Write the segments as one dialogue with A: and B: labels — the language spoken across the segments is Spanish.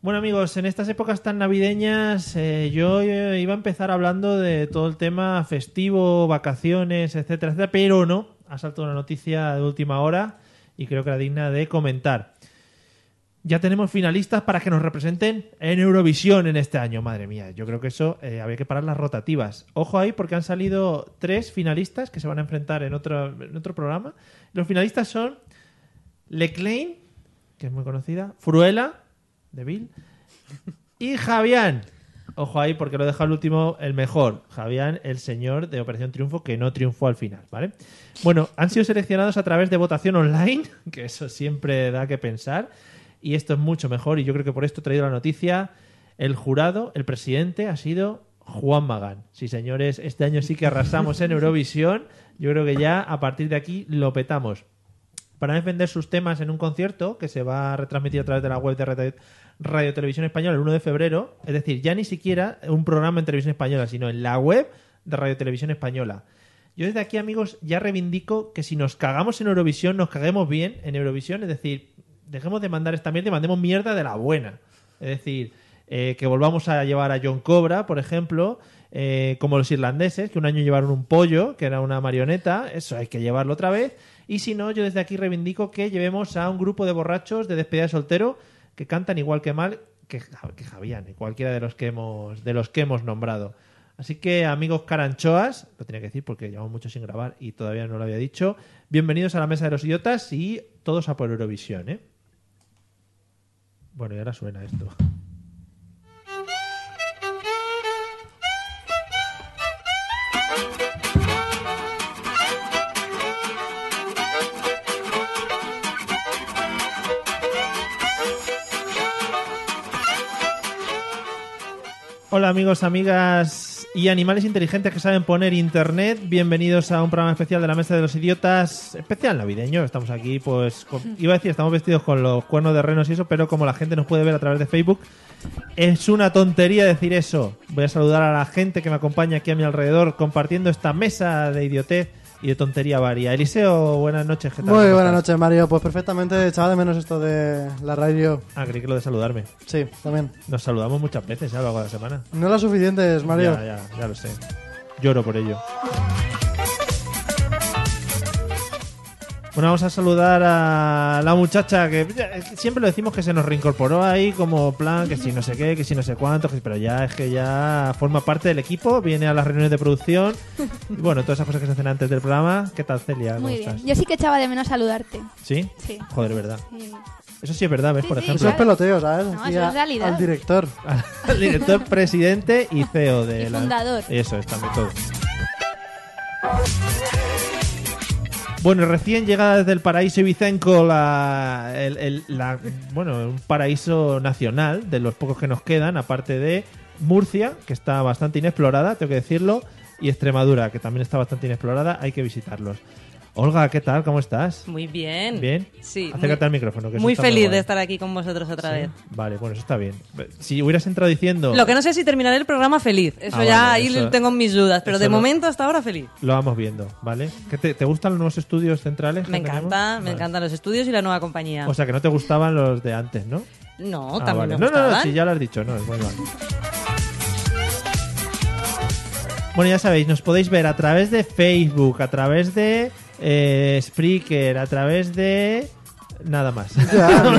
A: Bueno amigos, en estas épocas tan navideñas eh, yo eh, iba a empezar hablando de todo el tema festivo, vacaciones, etcétera, etcétera, pero no, ha saltado una noticia de última hora y creo que era digna de comentar. Ya tenemos finalistas para que nos representen en Eurovisión en este año, madre mía, yo creo que eso eh, había que parar las rotativas. Ojo ahí porque han salido tres finalistas que se van a enfrentar en otro, en otro programa. Los finalistas son Leclain, que es muy conocida, Fruela, de Bill. Y Javián. Ojo ahí, porque lo deja al último el mejor. Javián, el señor de Operación Triunfo, que no triunfó al final, ¿vale? Bueno, han sido seleccionados a través de votación online, que eso siempre da que pensar. Y esto es mucho mejor, y yo creo que por esto he traído la noticia. El jurado, el presidente, ha sido Juan Magán. Sí, señores, este año sí que arrasamos en Eurovisión. Yo creo que ya a partir de aquí lo petamos para defender sus temas en un concierto que se va a retransmitir a través de la web de Radio, Radio Televisión Española el 1 de febrero. Es decir, ya ni siquiera un programa en televisión española, sino en la web de Radio Televisión Española. Yo desde aquí, amigos, ya reivindico que si nos cagamos en Eurovisión, nos caguemos bien en Eurovisión. Es decir, dejemos de mandar esta mierda y mandemos mierda de la buena. Es decir, eh, que volvamos a llevar a John Cobra, por ejemplo, eh, como los irlandeses, que un año llevaron un pollo, que era una marioneta, eso hay que llevarlo otra vez. Y si no, yo desde aquí reivindico que llevemos a un grupo de borrachos de despedida de soltero que cantan igual que mal que, que Javián, y cualquiera de los que hemos, de los que hemos nombrado. Así que, amigos caranchoas, lo tenía que decir porque llevamos mucho sin grabar y todavía no lo había dicho. Bienvenidos a la mesa de los idiotas y todos a por Eurovisión, ¿eh? Bueno, y ahora suena esto. Hola amigos, amigas y animales inteligentes que saben poner internet. Bienvenidos a un programa especial de la Mesa de los Idiotas, especial navideño. Estamos aquí, pues, con- iba a decir, estamos vestidos con los cuernos de renos y eso, pero como la gente nos puede ver a través de Facebook, es una tontería decir eso. Voy a saludar a la gente que me acompaña aquí a mi alrededor compartiendo esta mesa de idiotez y de tontería varia. Eliseo, buenas noches. ¿qué tal?
B: Muy
A: ¿Cómo
B: buenas
A: estás?
B: noches, Mario. Pues perfectamente echaba de menos esto de la radio.
A: Ah, creí que lo de saludarme.
B: Sí, también.
A: Nos saludamos muchas veces ¿eh? a lo largo de la semana.
B: No las suficientes, Mario.
A: Ya, ya, ya lo sé. Lloro por ello. Bueno, vamos a saludar a la muchacha que ya, eh, siempre lo decimos que se nos reincorporó ahí como plan, que si no sé qué, que si no sé cuánto, que- pero ya es que ya forma parte del equipo, viene a las reuniones de producción. Y bueno, todas esas cosas que se hacen antes del programa. ¿Qué tal, Celia? ¿Cómo
C: Muy bien.
A: estás?
C: Yo sí que echaba de menos saludarte.
A: ¿Sí?
C: Sí.
A: Joder, verdad.
C: Sí.
A: Eso sí es verdad, ¿ves?
C: Sí,
A: Por
C: sí,
B: Eso
A: ejemplo,
B: es peloteo, ¿sabes?
C: No,
B: Así
C: eso es
B: a-
C: realidad.
B: Al director.
A: al director, presidente y CEO de
C: Y
A: la-
C: fundador.
A: Eso es también todo. Bueno, recién llegada desde el paraíso ibicenco, la, el- el- la- bueno, un paraíso nacional de los pocos que nos quedan, aparte de Murcia, que está bastante inexplorada, tengo que decirlo, y Extremadura, que también está bastante inexplorada, hay que visitarlos. Olga, ¿qué tal? ¿Cómo estás?
D: Muy bien.
A: ¿Bien?
D: Sí.
A: Acércate al
D: muy,
A: micrófono. Que eso
D: muy
A: está
D: feliz
A: guay.
D: de estar aquí con vosotros otra
A: Sí.
D: vez.
A: Vale, bueno, eso está bien. Si hubieras entrado diciendo...
D: Lo que no sé es si terminaré el programa feliz. Eso
A: Ah,
D: ya
A: vale,
D: ahí
A: eso-
D: tengo mis dudas. Pero
A: eso
D: de
A: lo-
D: momento hasta ahora feliz.
A: Lo vamos viendo, ¿vale? ¿Qué te, te gustan los nuevos estudios centrales? que
D: Me
A: tenemos?
D: encanta, me
A: Vale.
D: encantan los estudios y la nueva compañía.
A: O sea, que no te gustaban los de antes, ¿no?
D: no,
A: Ah,
D: también
A: vale.
D: me
A: No, no, no,
D: gustaban.
A: sí, ya lo has dicho, no, es muy mal. Bueno, ya sabéis, nos podéis ver a través de Facebook, a través de eh, Spreaker, a través de... Nada más.
D: Está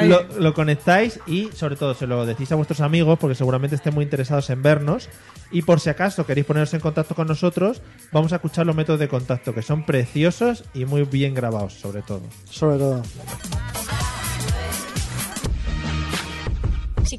D: bien.
A: lo, lo conectáis y sobre todo se lo decís a vuestros amigos porque seguramente estén muy interesados en vernos. Y por si acaso queréis poneros en contacto con nosotros, vamos a escuchar los métodos de contacto que son preciosos y muy bien grabados sobre todo.
B: Sobre todo.
C: Si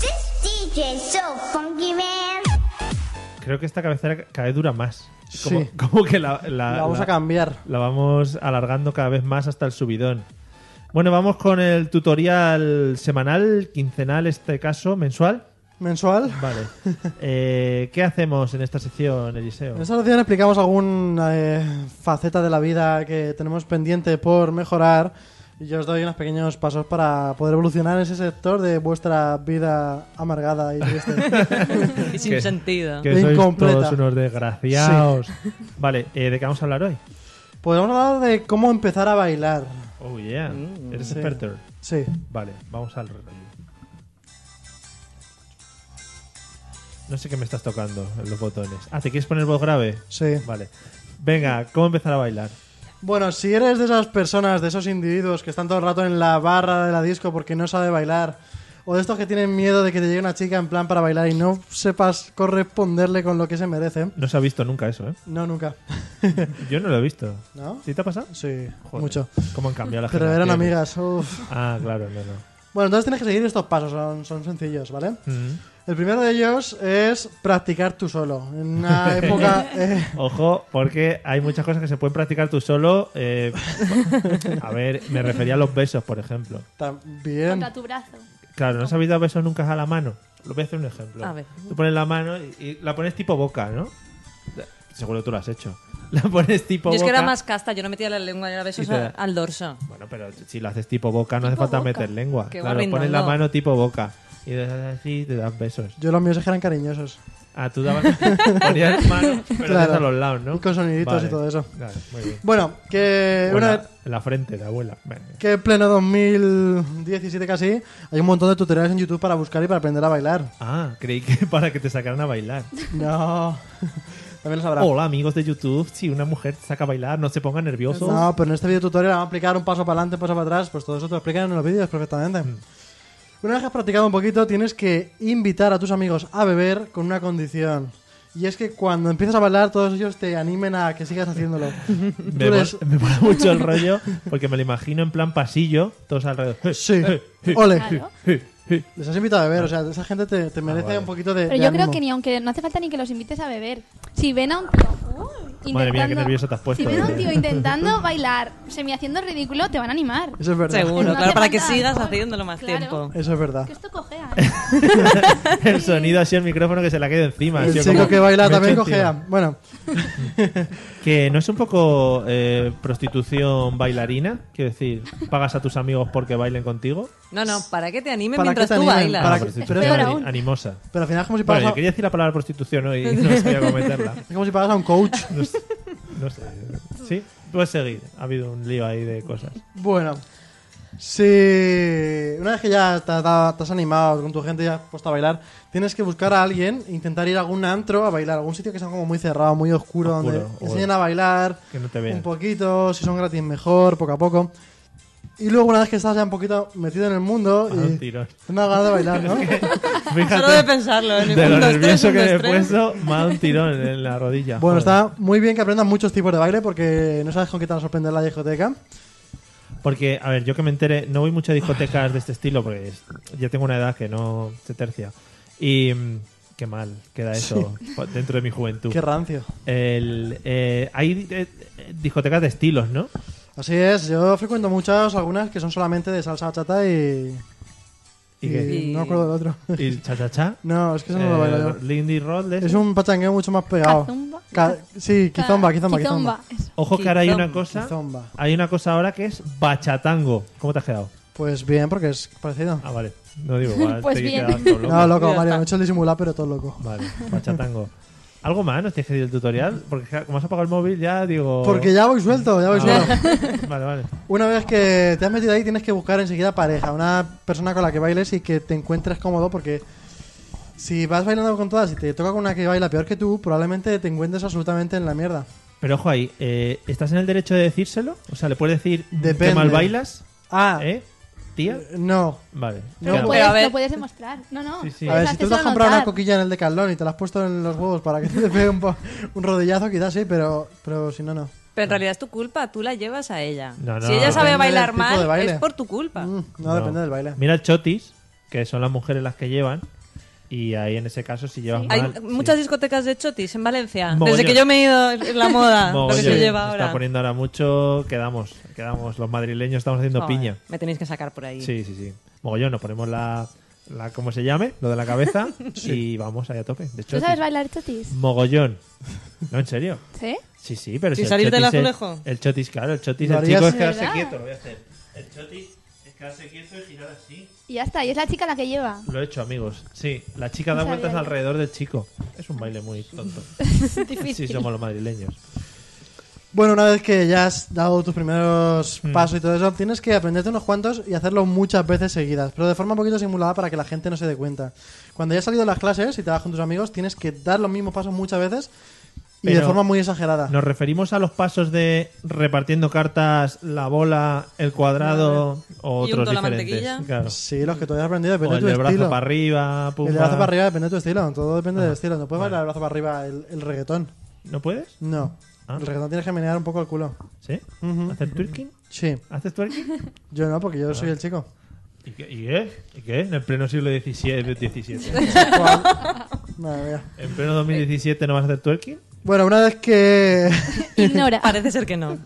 E: This DJ's so funky, man.
A: Creo que esta cabecera cada vez dura más. Como,
B: Sí.
A: como que la, la-
B: La vamos
A: la-
B: a cambiar.
A: la vamos alargando cada vez más hasta el subidón. Bueno, vamos con el tutorial semanal, quincenal, este caso, mensual.
B: Mensual.
A: Vale. Eh, ¿Qué hacemos en esta sección, Eliseo?
B: En esta sección explicamos alguna eh, faceta de la vida que tenemos pendiente por mejorar y yo os doy unos pequeños pasos para poder evolucionar en ese sector de vuestra vida amargada y triste.
D: Y sin
A: Que-
D: sentido.
A: Que sois
B: Incompleta.
A: todos unos desgraciados. Vale, eh, ¿de qué vamos a hablar hoy?
B: Pues vamos a hablar de cómo empezar a bailar.
A: Oh, yeah. Eres
B: Mm, Sí.
A: experto.
B: Sí.
A: Vale, vamos al rollo. No sé qué me estás tocando en los botones. Ah, ¿te quieres poner voz grave?
B: Sí.
A: Vale. Venga, ¿cómo empezar a bailar?
B: Bueno, si eres de esas personas, de esos individuos que están todo el rato en la barra de la disco porque no sabe bailar, o de estos que tienen miedo de que te llegue una chica en plan para bailar y no sepas corresponderle con lo que se merece,
A: No se ha visto nunca eso, ¿eh?
B: no, nunca.
A: Yo no lo he visto.
B: ¿No?
A: ¿Sí te ha pasado?
B: Sí,
A: Joder,
B: mucho.
A: ¿Cómo han cambiado las
B: Pero eran
A: generaciones?
B: amigas. uf.
A: Ah, claro, no, no.
B: Bueno, entonces tienes que seguir estos pasos, son, son sencillos, ¿vale?
A: Mm.
B: El primero de ellos es practicar tú solo. En una época... eh,
A: Ojo, porque hay muchas cosas que se pueden practicar tú solo. eh, a ver, me refería a los besos, por ejemplo.
B: también...
F: Contra tu brazo.
A: Claro, ¿no has habido besos nunca a la mano? Lo voy a hacer un ejemplo.
D: A ver.
A: Tú pones la mano y, y la pones tipo boca, ¿no? Seguro tú lo has hecho. La pones tipo
D: Yo es
A: boca.
D: que era más casta, yo no metía la lengua, yo era besos
A: Y te da-
D: a- al dorso.
A: Bueno, pero si lo haces tipo boca, no hace
F: Tipo
A: falta
F: boca.
A: meter lengua.
D: Qué
A: Claro,
D: guarrindongo.
A: pones la mano tipo boca. Y das así y te das besos.
B: Yo los míos es que eran cariñosos.
A: Ah, tú dabas. ponías mano, pero
B: Claro.
A: desde los lados, ¿no?
B: Y con soniditos y todo eso.
A: Claro, muy bien.
B: Bueno, que
A: O en
B: una
A: la-
B: vez-
A: en la frente de abuela. Venga.
B: que en pleno 2017 casi hay un montón de tutoriales en YouTube para buscar y para aprender a bailar.
A: Ah, creí que para que te sacaran a bailar.
B: No. También lo sabrá.
A: Hola, amigos de YouTube. Si una mujer te saca a bailar, no se ponga nervioso.
B: No, pero en este video tutorial vamos a aplicar un paso para adelante, un paso para atrás, pues todo eso te lo explican en los vídeos perfectamente. Una vez que has practicado un poquito, tienes que invitar a tus amigos a beber con una condición. Y es que cuando empiezas a bailar, todos ellos te animen a que sigas haciéndolo. Tú
A: Me,
B: les-
A: mola, me mola mucho el rollo porque me lo imagino en plan pasillo, todos alrededor.
B: Sí. Ole.
F: Claro.
B: Les has invitado a beber, o sea, esa gente te, te merece
A: vale.
B: un poquito de.
F: Pero
B: de
F: yo
B: ánimo.
F: creo que ni aunque no hace falta ni que los invites a beber. Si ven a un tío. uh,
A: Madre mía,
F: intentando-
A: qué nervioso te has puesto. eh.
F: Si ven a un tío intentando bailar, semi haciendo el ridículo, te van a animar.
B: Eso es verdad.
D: Seguro,
F: No
D: claro,
F: hace
D: para que
F: falta
D: sigas
F: alcohol.
D: haciéndolo más
F: Claro.
D: tiempo.
B: Eso es verdad.
F: Que esto cojea. ¿eh?
A: el sonido así el micrófono que se le ha quedado encima.
B: El
A: así
B: chico
A: como-
B: que baila
A: me
B: también
A: echo encima.
B: cojea. Bueno,
A: Que no es un poco eh, prostitución bailarina, quiero decir, pagas a tus amigos porque bailen contigo.
D: No, no, ¿para qué te animen
B: ¿Para
D: mientras
B: qué te
D: tú
B: animen?
D: bailas?
B: Para
A: Ah,
B: que-
A: prostitución
F: pero-
A: ani- animosa.
B: pero al final es como si pagas,
A: Bueno, yo
B: a,
A: quería decir la palabra prostitución hoy y no sabía cómo meterla.
B: es como si pagas a un coach.
A: No, sé- no sé. Sí, puedes seguir. Ha habido un lío ahí de cosas.
B: Bueno, si una vez que ya te, te- te has animado con tu gente y has puesto a bailar, tienes que buscar a alguien, intentar ir a algún antro a bailar, algún sitio que sea como muy cerrado, muy oscuro,
A: Oscuro,
B: donde te
A: o-
B: enseñen a bailar
A: Que no te vean.
B: un poquito, si son gratis mejor, poco a poco. Y luego una vez que estás ya un poquito metido en el mundo
A: Ah,
B: y
A: un tirón.
B: te dan ganas de bailar, ¿no?
A: Fíjate.
D: Solo de pensarlo, en el
A: De lo
D: un, dos, tres,
A: nervioso
D: un,
A: que
D: dos,
A: me he
D: tres.
A: puesto, me ha dado un tirón en la rodilla.
B: Bueno,
A: Joder.
B: está muy bien que aprendas muchos tipos de baile porque no sabes con qué te va a sorprender la discoteca.
A: Porque, a ver, yo que me entere, no voy mucho a discotecas de este estilo porque es- ya tengo una edad que no se tercia. Y mm, qué mal queda eso dentro de mi juventud.
B: Qué rancio.
A: El, eh, hay eh, discotecas de estilos, ¿no?
B: Así es, yo frecuento muchas, algunas que son solamente de salsa chata y.
A: ¿Y qué?
D: Y-
B: No me acuerdo del otro.
A: Y el cha-cha-cha.
B: No, es que eso no
A: eh,
B: lo bailo yo.
A: Lindy Roll.
B: Es un pachangueo mucho más pegado.
F: Kazumba.
B: Ca- sí, quizomba, quizomba,
F: Kizomba,
B: quizomba.
F: eso.
A: Ojo que ahora hay una
D: Kizomba.
A: cosa.
B: Kizomba.
A: Hay una cosa ahora que es bachatango. ¿Cómo te has quedado?
B: Pues bien, porque es parecido.
A: Ah, vale. No digo, igual
F: Pues
A: te
F: bien.
A: quedabas todo loco.
B: No, loco,
D: Ya
B: Mario,
D: está.
B: me he hecho el disimular, pero todo loco.
A: Vale, machatango. ¿Algo más? ¿Nos tienes que decir el tutorial? Porque ja- como has apagado el móvil, ya digo.
B: Porque ya voy suelto, ya voy suelto.
A: Ah, Vale, vale.
B: Una vez que te has metido ahí, tienes que buscar enseguida pareja, una persona con la que bailes y que te encuentres cómodo, porque si vas bailando con todas y te toca con una que baila peor que tú, probablemente te encuentres absolutamente en la mierda.
A: Pero ojo ahí, eh, ¿estás en el derecho de decírselo? O sea, ¿le puedes decir
B: Depende.
A: que mal bailas?
B: Ah,
A: ¿Eh? ¿Tía?
B: no.
A: Vale. queda-
B: No,
F: Lo
D: Pero
F: puedes,
D: a ver-
F: lo puedes demostrar. No, no.
A: Sí, sí.
B: A ver, si tú
F: haces
B: te has
F: solo
B: comprado una
F: notar.
B: coquilla en el Decathlon y te la has puesto en los huevos para que te pegue un, po- un rodillazo, quizás sí, pero, pero si no, no.
D: Pero en realidad es tu culpa, tú la llevas a ella.
A: No, no.
D: si ella
B: Depende
D: sabe
B: del
D: bailar
B: tipo de
D: mal,
B: baile.
D: es por tu culpa.
B: Mm, no, depende del baile.
A: Mira el chotis, que son las mujeres las que llevan. Y ahí en ese caso, si llevas
D: Hay
A: mal. sí.
D: muchas discotecas de chotis en Valencia.
A: Mogollón.
D: Desde que yo me he ido es la moda, lo que
A: Mogollón.
D: se lleva
A: Se
D: ahora.
A: Está poniendo ahora mucho. Quedamos, quedamos. Los madrileños estamos haciendo
D: Joder,
A: piña.
D: Me tenéis que sacar por ahí.
A: Sí, sí, sí. Mogollón, nos ponemos la. la ¿Cómo se llame? Lo de la cabeza. Y vamos ahí a tope. De
F: ¿Tú
A: chotis.
F: sabes bailar chotis?
A: Mogollón. No, en serio.
F: ¿Sí?
A: Sí, sí, pero
D: ¿Sin
A: si
D: salir
A: el
D: del
A: chotis es-
D: azulejo?
A: El chotis, claro, el chotis,
B: ¿Lo
A: el chico es
B: harías?
A: quedarse
F: ¿Verdad?
A: quieto, lo voy a hacer. El chotis es quedarse quieto y girar así.
F: Y ya está. Y es la chica la que lleva.
A: Lo he hecho, amigos. Sí, la chica da
F: No
A: vueltas
F: sabía yo.
A: alrededor del chico. Es un baile muy tonto. sí, somos los madrileños.
B: Bueno, una vez que ya has dado tus primeros
A: Mm.
B: pasos y todo eso, tienes que aprenderte unos cuantos y hacerlo muchas veces seguidas, pero de forma un poquito simulada para que la gente no se dé cuenta. Cuando ya has salido de las clases y te vas con tus amigos, tienes que dar los mismos pasos muchas veces y de
A: Pero-
B: forma muy exagerada.
A: Nos referimos a los pasos de repartiendo cartas, la bola, el cuadrado o
D: Y unto
A: otros
D: la
A: diferentes.
D: mantequilla.
A: Claro.
B: Sí, los que tú hayas aprendido,
A: O
B: depende
A: el
B: de
A: del
B: tu
A: brazo
B: estilo.
A: para arriba, pumba.
B: el de brazo para arriba depende de tu estilo, todo depende del estilo. No puedes bailar el brazo para arriba el, el reggaetón.
A: ¿No puedes?
B: No,
A: Ah.
B: el reggaetón tienes que menear un poco el culo.
A: ¿Sí?
B: Ujú.
A: ¿Hacer twerking?
B: Sí,
A: ¿Haces twerking?
B: yo no,
A: Ah.
B: porque yo soy el chico.
A: ¿Y qué? ¿Y qué? ¿Y qué? En el pleno siglo XVII. XVII.
B: Madre mía.
A: ¿En pleno 2017 no vas a hacer twerking?
B: Bueno, una vez que
F: Ignora.
D: Parece ser que no.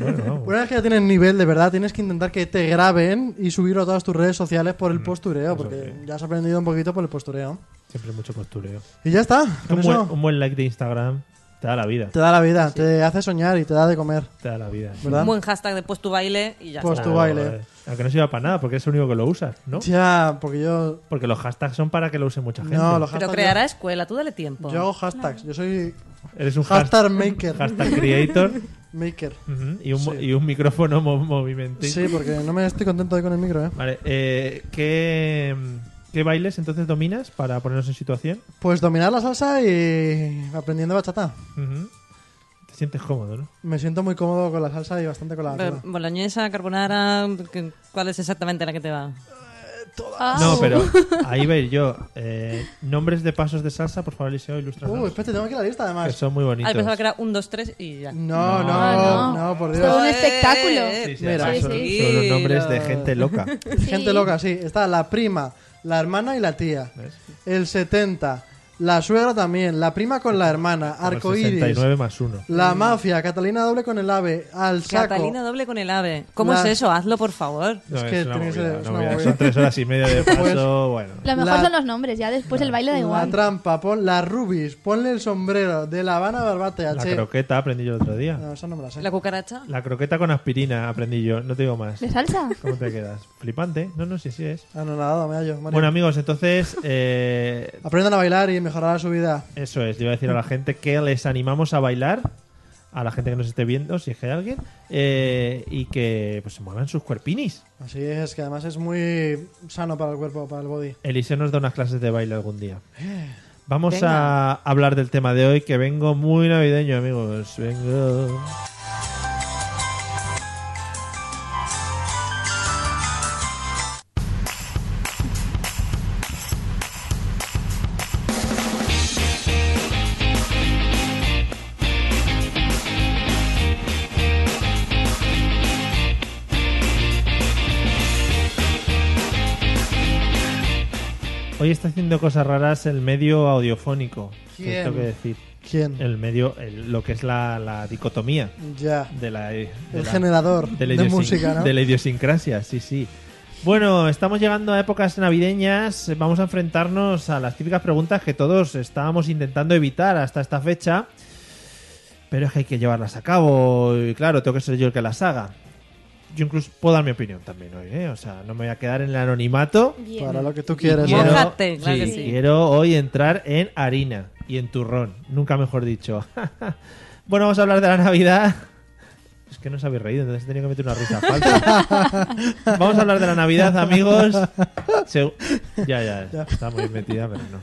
A: Bueno, vamos.
B: Una vez que ya tienes nivel, de verdad, tienes que intentar que te graben y subirlo a todas tus redes sociales por
A: Mm.
B: el postureo, porque ya has aprendido un poquito por el postureo.
A: Siempre mucho postureo.
B: Y ya está, con
A: Un buen,
B: eso
A: un buen like de Instagram te da la vida.
B: te da la vida, te hace soñar y te da de comer,
A: Te da la vida.
B: ¿verdad?
D: Un buen hashtag de pues tu baile y ya
B: Pues
D: está.
B: tu baile.
A: Aunque no sirva para nada, porque es el único que lo usas, ¿no?
B: Ya, porque yo...
A: Porque los hashtags son para que lo use mucha gente.
B: No, los
D: Pero
B: hashtags...
D: creará escuela, tú dale tiempo.
B: yo, yo hago hashtags, yo soy
A: Eres un hashtag,
B: hashtag maker.
A: hashtag creator
B: Maker.
A: ujú, y, un, mo- y un micrófono mo- movimentico.
B: Sí, porque no me estoy contento hoy con el micro, ¿eh?
A: Vale, eh, ¿qué, ¿qué bailes entonces dominas para ponernos en situación?
B: Pues dominar la salsa y aprendiendo bachata.
A: Ujú. Te sientes cómodo, ¿no?
B: Me siento muy cómodo con la salsa y bastante con la
D: Pero
B: bachata.
D: Boloñesa, carbonara, ¿qué- ¿cuál es exactamente la que te va? Ah.
A: No,
D: Oh.
A: pero ahí va a ir yo. Eh, nombres de pasos de salsa, por favor, Eliseo, ilústranos.
B: Uh, espérate, tengo aquí la lista
A: que
B: además.
A: son muy
D: Ah,
A: bonitos.
D: pensaba que era un, dos, tres y ya.
B: No,
F: Ah, No,
A: Ah,
B: no, Ah, no, por Dios.
F: Todo un espectáculo.
A: Sí, sí,
B: Mira.
A: además
F: Sí,
A: son,
D: sí.
A: son los nombres de gente loca.
B: Gente loca, sí. Está la prima, la hermana y la tía.
A: ¿Ves?
B: El 70. La suegra también. La prima con la hermana.
A: Como el
B: Arcoíris.
A: 69 más 1.
B: La mafia. Catalina doble con el ave. Al saco.
D: Catalina doble con el ave. ¿Cómo
B: La-
D: es eso? Hazlo, por favor.
A: No,
B: Es
A: es,
B: que
A: una
B: tiene que ser-
A: movida,
B: es
A: una movida.
B: una
A: Pues,
B: movida.
A: Son tres horas y media de paso, bueno.
F: Lo mejor
B: La-
F: son los nombres, ya después el baile da
B: La
F: igual.
B: trampa. Pon la rubis. Ponle el sombrero. De La Habana Barbate. E.
A: La croqueta aprendí yo el otro día.
B: No, eso no me la sé.
D: La cucaracha.
A: La croqueta con aspirina aprendí yo, no te digo más.
F: ¿De salsa?
A: ¿Cómo te quedas? Flipante. No, no, sí, sí es.
B: Ah, no, nada, me hallo. Mario.
A: Bueno, amigos, entonces, eh,
B: Aprendan a bailar y mejorar su vida.
A: eso es. Yo iba a decir a la gente que les animamos a bailar, a la gente que nos esté viendo, si es que hay alguien, eh, y que pues se muevan sus cuerpinis.
B: Así es, que además es muy sano para el cuerpo, para el body.
A: Eliseo nos da unas clases de baile algún día. Vamos a hablar del tema de hoy, que vengo muy navideño, amigos. Vengo. Hoy está haciendo cosas raras el medio audiofónico.
B: ¿Quién?
A: Tengo que decir.
B: ¿Quién?
A: El medio, el- lo que es la, la dicotomía
B: Ya.
A: de la. eh, de
B: El
A: la-
B: generador de,
A: la idiosin-
B: música, ¿no?
A: de la idiosincrasia, sí, sí. Bueno, estamos llegando a épocas navideñas. Vamos a enfrentarnos a las típicas preguntas que todos estábamos intentando evitar hasta esta fecha. Pero es que hay que llevarlas a cabo. Y claro, tengo que ser yo el que las haga. yo incluso puedo dar mi opinión también hoy, ¿eh? O sea, no me voy a quedar en el anonimato.
F: Bien.
B: Para lo que tú quieras.
D: Quiero-
B: ¿no?
D: Mójate. claro que sí.
A: Quiero hoy entrar en harina y en turrón, nunca mejor dicho. bueno, vamos a hablar de la Navidad. Es que no os habéis reído, entonces tenía que meter una risa falsa. vamos a hablar de la Navidad, amigos. Se- Ya, ya, está muy metida, pero no.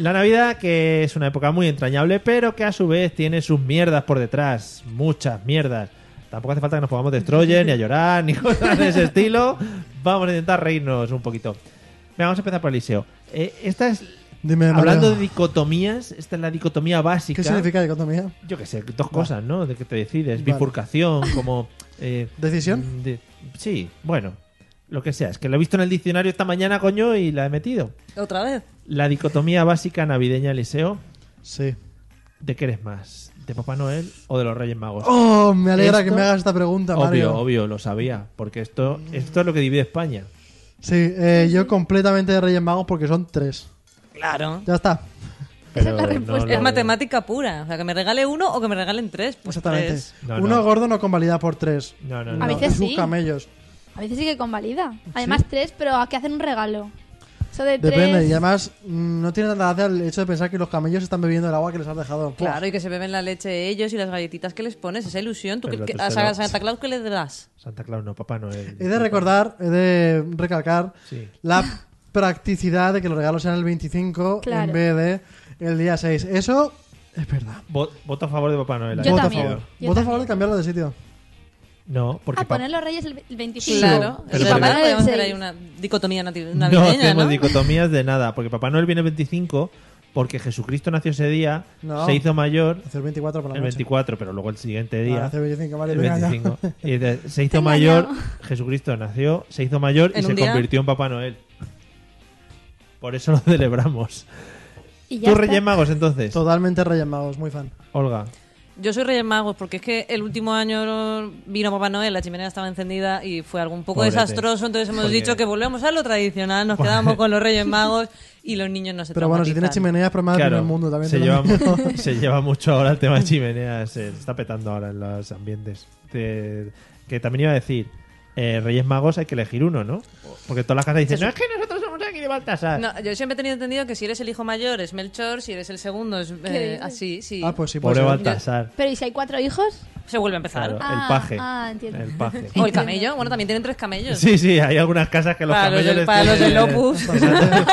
A: La Navidad, que es una época muy entrañable, pero que a su vez tiene sus mierdas por detrás. Muchas mierdas. Tampoco hace falta que nos pongamos destroyer, ni a llorar, ni cosas de ese estilo. Vamos a intentar reírnos un poquito. Venga, vamos a empezar por Eliseo. Eh, esta es.
B: Dime, Mario.
A: hablando de dicotomías, esta es la dicotomía básica.
B: ¿Qué significa dicotomía?
A: Yo qué sé, dos cosas, ¿no? De que te decides.
B: Vale.
A: Bifurcación, como. eh,
B: ¿Decisión?
A: de- sí, bueno. Lo que sea. Es que lo he visto en el diccionario esta mañana, coño, y la he metido.
D: ¿Otra vez?
A: La dicotomía básica navideña, Eliseo,
B: Sí.
A: ¿de qué eres más? ¿De Papá Noel o de los Reyes Magos?
B: Oh, me alegra
A: Esto-
B: que me hagas esta pregunta, Mario.
A: Obvio, obvio, lo sabía. Porque esto, esto es lo que divide España.
B: Sí, eh, yo completamente de Reyes Magos porque son tres.
D: Claro.
B: Ya está.
F: Esa es la
A: Pero no
F: respuesta.
A: lo-
D: Es matemática pura. O sea, que me regale uno o que me regalen tres. Pues
B: Exactamente.
D: tres.
A: No,
B: Uno
A: no.
B: gordo no convalida por tres.
A: No, no,
F: A
A: no.
F: veces
B: Es un
F: sí.
B: camellos.
F: A veces sí que convalida. Además, tres, pero ¿a qué hacen un regalo? Eso de
B: Depende.
F: tres. ah,
B: Y además, mm, no tiene tanta gracia el hecho de pensar que los camellos están bebiendo el agua que les has dejado.
D: Claro, y que se beben la leche ellos y las galletitas que les pones. Esa ilusión. ¿Tú
A: Pero
D: que,
A: tú
D: a
A: se lo-
D: Sa- Santa Claus qué le das?
A: Santa Claus no, Papá Noel.
B: He de recordar, he de recalcar
A: Sí.
B: la practicidad de que los regalos sean el 25
F: Claro.
B: en vez de el día 6. Eso es verdad.
A: Vo- Voto a favor de Papá Noel.
F: Yo
A: ahí.
B: Voto
F: también.
B: a favor.
F: Yo
B: Voto a
F: también.
B: favor de cambiarlo de sitio.
A: No, porque
F: Ah,
A: pa-
F: poner los reyes el el 25.
D: Claro.
A: Pero
D: Y
A: primero-
D: Papá Noel podemos hacer
F: Sí.
D: ahí una dicotomía nati-
A: no
D: navideña,
A: hacemos
D: ¿no?
A: dicotomías de nada. Porque Papá Noel viene el 25, porque Jesucristo nació ese día,
B: No.
A: se hizo mayor
B: Hacer 24 por la
A: el
B: noche.
A: 24, pero luego el siguiente
B: Ah,
A: día.
B: hacer 25, vale,
A: el
B: venga, ya.
A: 25. Y dice, se
F: Te he
A: hizo mayor,
F: engañado.
A: Jesucristo nació, se hizo mayor y
D: ¿En
A: se
D: un día?
A: convirtió en Papá Noel. Por eso lo celebramos.
F: Y ya
A: Tú,
F: está.
A: Reyes Magos, entonces.
B: Totalmente Reyes Magos, muy fan.
A: Olga.
D: Yo soy Reyes Magos porque es que el último año vino Papá Noel, la chimenea estaba encendida y fue algo un poco
A: Pobrete.
D: desastroso, entonces hemos
A: Porque-
D: dicho que volvemos a lo tradicional, nos quedamos con los Reyes Magos y los niños no se
B: Pero bueno, si tienes
D: traumatizan.
B: chimeneas, problema del
A: Claro,
B: primer Ah, mundo también.
A: se,
B: te lo
A: lleva,
B: digo.
A: mu- se lleva mucho ahora el tema de chimeneas, se está petando ahora en los ambientes. Te- que también iba a decir, eh, Reyes Magos hay que elegir uno, ¿no? Porque todas las casas dicen, no es que nosotros somos aquí de Baltasar.
D: No, yo siempre he tenido entendido que si eres el hijo mayor es Melchor, si eres el segundo es eh,
F: dices?
D: así, sí.
B: Ah, pues sí, pues
A: Pobre
B: sí.
A: Baltasar.
F: Pero ¿y si hay cuatro hijos?
D: Se vuelve a empezar.
A: Claro,
F: Ah,
A: el paje.
F: ah, entiendo.
A: El paje.
D: O el camello, bueno, también tienen tres camellos.
A: Sí, sí, hay algunas casas que los
D: Para los
A: camellos
D: del-
A: les
D: para los
A: tienen-
D: del Opus.
A: Exacto.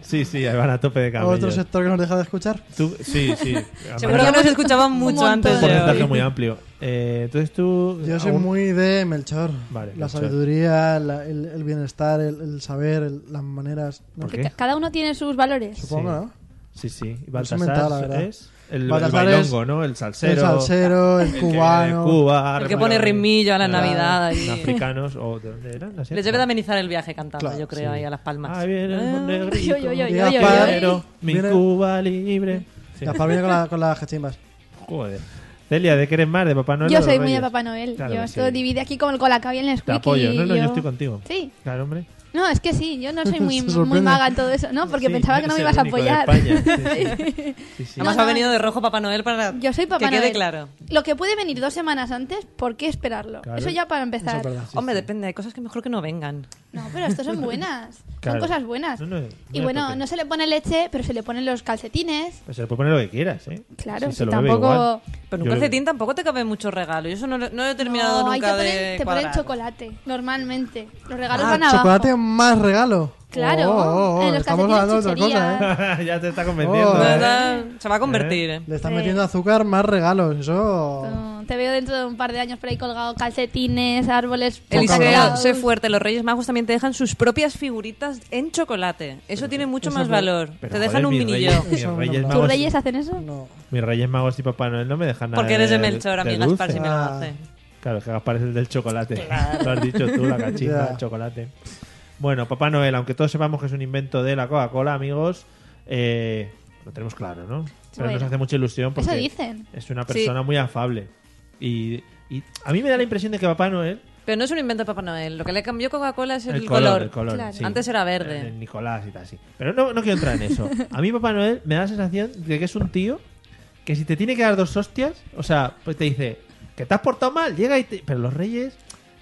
A: Sí, sí, ahí van a tope de camellos.
B: Otro sector que nos deja de escuchar.
A: Tú- sí, sí.
D: Seguro que nos escuchaban mucho
F: montón.
D: antes
A: un
D: de
A: porcentaje
D: hoy.
A: muy amplio. Eh, entonces tú...
B: Yo soy
A: algún-
B: muy de Melchor.
A: Vale,
B: la
A: Melchor.
B: sabiduría, la- el, el bienestar, el, el saber, el- las maneras. ¿no?
A: ¿Por
F: Que
A: qué?
F: ca- Cada uno tiene sus valores.
B: Supongo,
A: Sí.
B: ¿no?
A: Sí, sí. Y
B: es mental, la
A: Baltasar
B: verdad.
A: es el, el
B: Baltasar
A: bailongo,
B: es
A: ¿no? El salsero.
B: el salsero, el
A: el que viene de
B: cubano.
A: Cuba,
D: El que pone rimillo a la
A: Claro.
D: Navidad ahí.
A: Africanos o de dónde eran.
D: Les debe de amenizar el viaje cantando,
B: Claro,
D: yo creo, ahí a Las Palmas. Eh.
A: Ah, viene el buen negrito,
F: Oy, oy, oy,
B: Llega
F: oy, oy,
B: Gaspar.
F: oy.
A: pero mi
B: Viene-
A: Cuba libre. Sí.
B: Gaspar viene con, la- con las cachimbas.
A: Joder. Celia, ¿de qué eres más? ¿De Papá Noel? o
F: Yo
A: de
F: soy
A: los
F: muy de
A: Reyes?
F: Papá Noel.
A: Claro
F: yo
A: que
F: esto
A: sí.
F: divide aquí como el colacao y el Nesquik.
A: Te apoyo,
F: y
A: no, no, yo
F: yo-
A: estoy contigo.
F: Sí.
A: Claro, hombre.
F: No, es que sí, yo no soy muy,
B: Se
F: muy
B: sorprende.
F: maga en todo eso, ¿no? Porque
A: Sí,
F: pensaba que no
A: eres
F: me
A: el
F: ibas a
A: único de
F: apoyar.
A: España, sí, sí. Sí, sí.
D: Además
F: No,
D: ha
F: no.
D: venido de rojo Papá Noel para
F: Yo soy Papá
D: que quede
F: Noel.
D: claro.
F: Lo que puede venir dos semanas antes, ¿por qué esperarlo?
A: Claro.
F: Eso ya para empezar.
B: Eso es verdad.
D: Hombre, depende, hay cosas que mejor que no vengan.
F: No, pero estos son buenas.
A: Claro.
F: Son cosas buenas.
A: No, no, no
F: y
A: le
F: bueno,
A: toques.
F: no se le pone leche, pero se le ponen los calcetines.
A: Pues se le puede poner lo que quieras, ¿eh?
F: Claro,
A: Si
F: si
A: se lo bebe
F: tampoco-
A: igual. Yo
D: Pero un
A: le-
D: calcetín tampoco te cabe mucho regalo. Yo eso no, lo- no lo he terminado
F: no, hay que
D: nunca
F: poner-
D: de
F: te ponen
D: cuadrar.
F: chocolate, normalmente. Los regalos
B: Ah,
F: van abajo.
B: chocolate más regalo.
F: Claro,
B: Oh, oh,
F: en los
B: estamos
F: calcetines
B: hablando de otra
F: chuchería.
B: cosa, ¿eh?
A: ya te está convenciendo.
B: Oh.
D: No,
A: ¿eh?
D: no, se va a convertir. ¿eh?
B: Le están
F: Sí.
B: metiendo azúcar más regalos. Eso.
A: ¿eh?
F: Mm, Te veo dentro de un par de años por ahí colgado calcetines, árboles.
D: Eliseo,
F: colgados.
D: sé fuerte. Los Reyes Magos también te dejan sus propias figuritas en chocolate. Eso tiene mucho más valor.
A: Pero,
D: te
A: joder,
D: dejan un
A: mis
D: minillo.
A: reyes- mis
B: Eso no me
A: reyes
B: lo-
F: ¿Tus
A: magos-
F: reyes hacen eso?
B: No.
A: Mis Reyes Magos y Papá Noel no me dejan nada.
D: Porque eres de Melchor,
A: Melchora,
D: amigas amigas Gaspar, si me lo
B: Ah.
D: hace.
A: Claro, es que Gaspar es el del chocolate. Lo has dicho tú, la cachimba,
B: Ya.
A: el chocolate. Bueno, Papá Noel, aunque todos sepamos que es un invento de la Coca-Cola, amigos, eh, lo tenemos claro, ¿no? Pero
F: Bueno.
A: nos hace mucha ilusión porque
F: Eso dicen.
A: es una persona muy afable. Y, y a mí me da la impresión de que Papá Noel...
D: Pero no es un invento de Papá Noel. Lo que le cambió Coca-Cola es el,
A: el color,
F: Claro.
A: sí.
D: Antes era verde.
A: El Nicolás y tal, sí. Pero no, no quiero entrar en eso. A mí Papá Noel me da la sensación de que es un tío que si te tiene que dar dos hostias, o sea, pues te dice que te has portado mal, llega y te... Pero los reyes...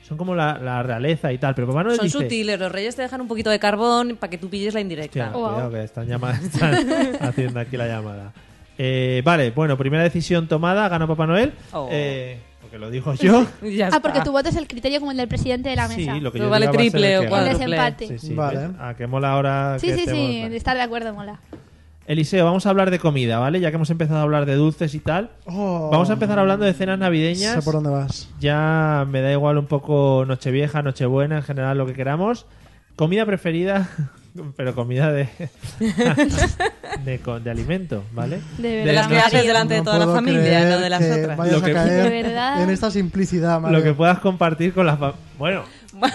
A: Son como la, la realeza y tal. Pero Papá Noel
D: Son
A: dice...
D: sutiles, los reyes te dejan un poquito de carbón para que tú pilles la indirecta.
A: Hostia,
F: Wow.
A: cuidado que están, llama- están haciendo aquí la llamada. Eh, vale, bueno, primera decisión tomada, ganó Papá Noel.
D: Oh.
A: Eh, porque lo dijo yo.
D: Ya
F: Ah, porque
D: está.
F: tu voto es el criterio como el del presidente de la mesa.
A: Sí, lo que
D: No
A: yo
D: Pues vale
A: diga va a ser
D: triple
A: el
D: o
A: que gane.
F: el
D: cuádruple.
F: desempate.
A: Sí, sí,
B: Vale.
A: ¿ves? Ah, que mola ahora
F: Sí,
A: que
F: sí, sí,
A: estemos-
F: estar de acuerdo mola.
A: Eliseo, vamos a hablar de comida, ¿vale? Ya que hemos empezado a hablar de dulces y tal.
B: Oh.
A: Vamos a empezar hablando de cenas
B: Sé
A: navideñas.
B: por dónde vas.
A: Ya me da igual un poco Nochevieja, Nochebuena, en general lo que queramos. Comida preferida, pero comida de de, co- de alimento, ¿vale?
F: De
A: De
F: verdad.
D: De las que
A: noche.
D: haces delante de
B: No
D: toda la
B: puedo
D: familia,
B: creer
D: no de las
B: que
D: otras.
B: Vayas
A: Lo
B: a
A: que-
B: caer
F: De verdad.
B: en esta simplicidad, Mario.
A: Lo que puedas compartir con la familia. Bueno,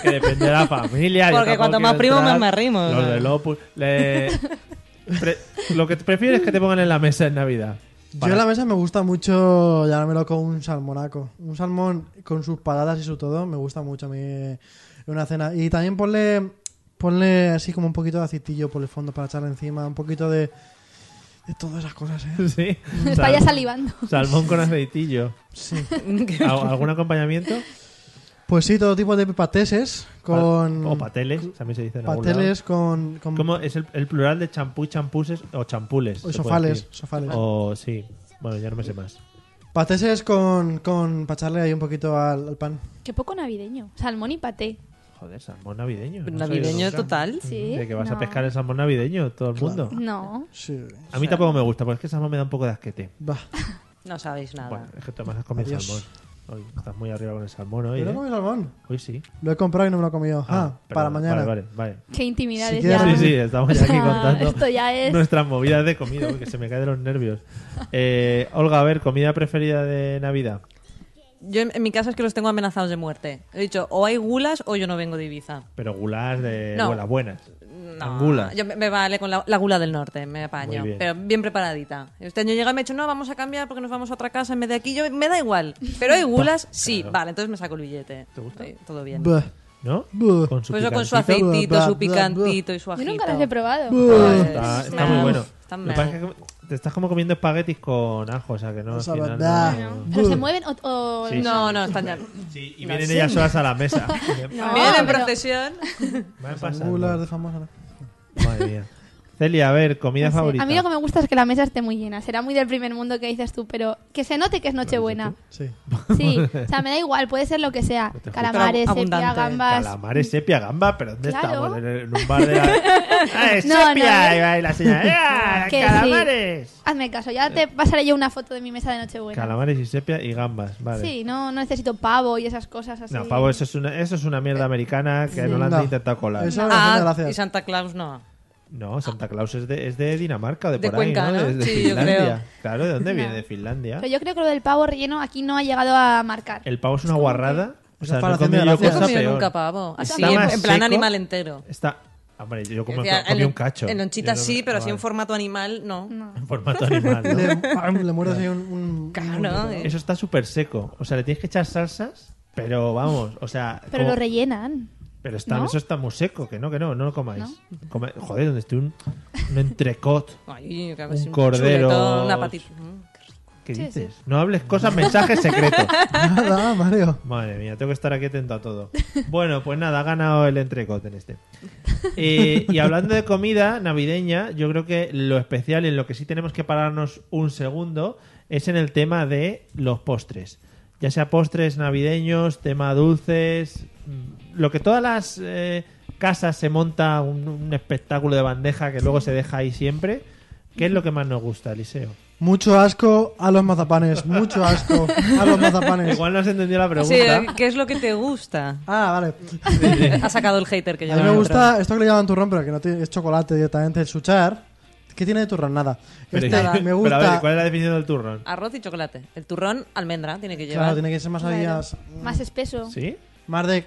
A: que depende de la familia. yo
D: Porque
A: tampoco
D: cuanto
A: quiero
D: más primo,
A: entrar.
D: más me arrimo,
A: Los
D: ¿sabes?
A: del Opus. le- pre- Lo que prefieres es que te pongan en la mesa en Navidad.
B: Yo
A: Para-
B: en la mesa me gusta mucho llamármelo con un salmonaco. Un salmón con sus patatas y su todo me gusta mucho a mí en una cena. Y también ponle, ponle así como un poquito de aceitillo por el fondo para echarle encima, un poquito de, de todas esas cosas, ¿eh?
A: Sí.
F: Está ya salivando.
A: Salmón con aceitillo.
B: Sí.
A: ¿Al- ¿Algún acompañamiento?
B: Pues sí, todo tipo de pateses con...
A: O pateles, también se dice en algún
B: Pateles con... con
A: lado. ¿Cómo es el, el plural de champú, champuses o champules?
B: o
A: se puede
B: sofales,
A: decir? Oh.
B: sofales.
A: O sí. Bueno, ya no me sé más.
B: Pateses con, con... para echarle ahí un poquito al, al pan.
F: Qué poco navideño. Salmón y paté.
A: Joder, salmón navideño. no sabía
D: Navideño
A: nunca.
D: total.
F: Sí.
A: Mm, De que vas a
F: no.
A: pescar el salmón navideño, todo el mundo.
F: No.
B: Sí.
A: A mí tampoco me gusta, porque es que el salmón me da un poco de asquete.
B: Va.
D: No sabéis nada.
A: Bueno, es que Tomás has comido
B: Adiós.
A: salmón. Hoy estás muy arriba con el salmón hoy.
B: Yo no
A: ¿eh?
B: comí salmón.
A: Hoy sí.
B: Lo he comprado y no me lo he comido. Ah,
A: pero
B: para
A: bueno,
B: mañana.
A: Vale, vale,
F: Qué intimidades
B: Si
F: ya.
A: vale. Sí, sí, estamos ya aquí
F: O sea,
A: contando
F: Esto ya es.
A: nuestras movidas de comida, porque se me caen los nervios. Eh, Olga, a ver, comida preferida de Navidad.
D: Yo en, en mi caso es que los tengo amenazados de muerte. He dicho, o hay gulas o yo no vengo de Ibiza.
A: Pero gulas de
D: No.
A: buenas, buenas.
D: No,
A: Gulas.
D: yo me, me vale con la, la gula del norte, me apaño,
A: Muy bien.
D: pero bien preparadita. Este año llega y me ha dicho, no, vamos a cambiar porque nos vamos a otra casa en vez de aquí. Yo, me da igual, pero hay gulas, sí, vale, entonces me saco el billete.
A: ¿Te gusta?
D: Sí, todo bien.
B: Buah.
A: ¿no?
B: Buh.
A: Con su
D: Pues eso con su
A: picantito.
D: aceitito,
B: bla, bla,
D: su
B: bla.
D: picantito y su
F: Yo
D: ajito.
F: nunca las he probado.
A: Ah,
B: Buh.
A: Está, está
D: Está
A: muy
D: mal.
A: bueno.
D: Está
A: Lo que pasa es que te estás como comiendo espaguetis con ajo, o sea que no. al
B: Esa
A: final
B: verdad.
A: no-
B: No.
F: Pero
B: Buh.
F: se mueven o. o-
A: Sí.
D: No, no, están ya.
A: Sí, y vienen ellas solas a la mesa.
F: No,
D: Vienen en
F: pero-
D: procesión.
A: Van pasando.
B: Angular de famosa.
A: Madre mía. Celia, a ver, comida
F: no sé.
A: favorita.
F: A mí lo que me gusta es que la mesa esté muy llena. Será muy del primer mundo que dices tú, pero que se note que es Nochebuena.
B: Sí.
F: Sí, o sea, me da igual, puede ser lo que sea.
A: te
F: Calamares,
D: juzgo.
F: sepia,
D: Abundante.
F: gambas.
A: Calamares, sepia, gamba, pero ¿dónde
F: Claro.
A: estamos? En, en un bar de la... ¡Ah, es
F: No, no,
A: sepia!
F: no.
A: Y va ahí la señora. ¡Eh,
F: Que sí.
A: calamares!
F: Hazme caso, ya te pasaré yo una foto de mi mesa de Nochebuena.
A: Calamares y sepia y gambas, vale.
F: Sí, no, no necesito pavo y esas cosas así.
A: No, pavo, eso es una, eso es una mierda americana que no la han
B: No.
A: intentado colar.
B: Eso me hace
D: Ah, y
B: gracia.
D: Santa Claus no.
A: No, Santa Claus es de, es de Dinamarca o de,
D: De
A: por ahí,
D: Cuenca,
A: ¿no?
D: ¿no?
A: De, de
D: Sí, yo
A: Finlandia.
D: creo.
A: Claro, ¿de dónde
F: No.
A: viene? De Finlandia.
F: Pero yo creo que lo del pavo relleno aquí no ha llegado a marcar.
A: El pavo es una guarrada. O
B: Pues
A: sea,
B: es para
A: no he comido
B: hacerme
A: yo
D: No he
B: gracia.
A: cosa
D: comido
A: peor.
D: nunca pavo. Así,
A: Está
D: en,
A: más
D: en plan
A: seco.
D: animal entero.
A: Está... Hombre, yo como
D: Decía,
A: comí
D: en-
A: un cacho.
D: En lonchita
A: Yo no-
D: sí, pero
A: ah,
D: así en
A: vale.
D: formato animal no.
A: En formato animal, ¿no?
B: Le, pam, le muerdes ahí un, un-
D: Claro. eh.
A: Eso está súper seco. O sea, le tienes que echar salsas, pero vamos, o sea...
F: Pero
A: como-
F: lo rellenan.
A: pero está,
F: ¿no?
A: eso está muy seco, que no, que no, no lo comáis. Come- Joder, donde esté un, un entrecot.
D: Ay, que
A: Un
D: ves, un
A: cordero.
D: chuletón, una patita. Mm, qué rico.
A: ¿Qué
F: Sí,
A: dices? No hables cosas, mensajes secretos.
B: Nada, Mario.
A: Madre mía, tengo que estar aquí atento a todo. Bueno, pues nada, ha ganado el entrecot en este. Eh, y hablando de comida navideña, yo creo que lo especial y en lo que sí tenemos que pararnos un segundo es en el tema de los postres. Ya sea postres navideños, tema dulces, mm, lo que todas las eh, casas se monta un, un espectáculo de bandeja que luego se deja ahí siempre. ¿Qué es lo que más nos gusta, Eliseo?
B: Mucho asco a los mazapanes. Mucho asco a los mazapanes.
A: Igual no has entendido la
D: Sí,
B: eh,
A: pregunta.
D: ¿qué es lo que te gusta?
B: Ah, vale.
D: Ha sacado el hater que
B: A
D: yo.
B: mí me gusta esto que le llaman turrón, pero que no tiene, es chocolate directamente, el suchar. ¿Qué tiene de turrón? Nada.
A: Pero-
B: Este me
A: pero a ver,
B: gusta.
A: ¿cuál es la definición del turrón?
D: Arroz y chocolate. El turrón, almendra, tiene que llevar.
B: Claro, tiene que ser más adidas.
F: Más espeso.
A: ¿Sí?
B: Más de.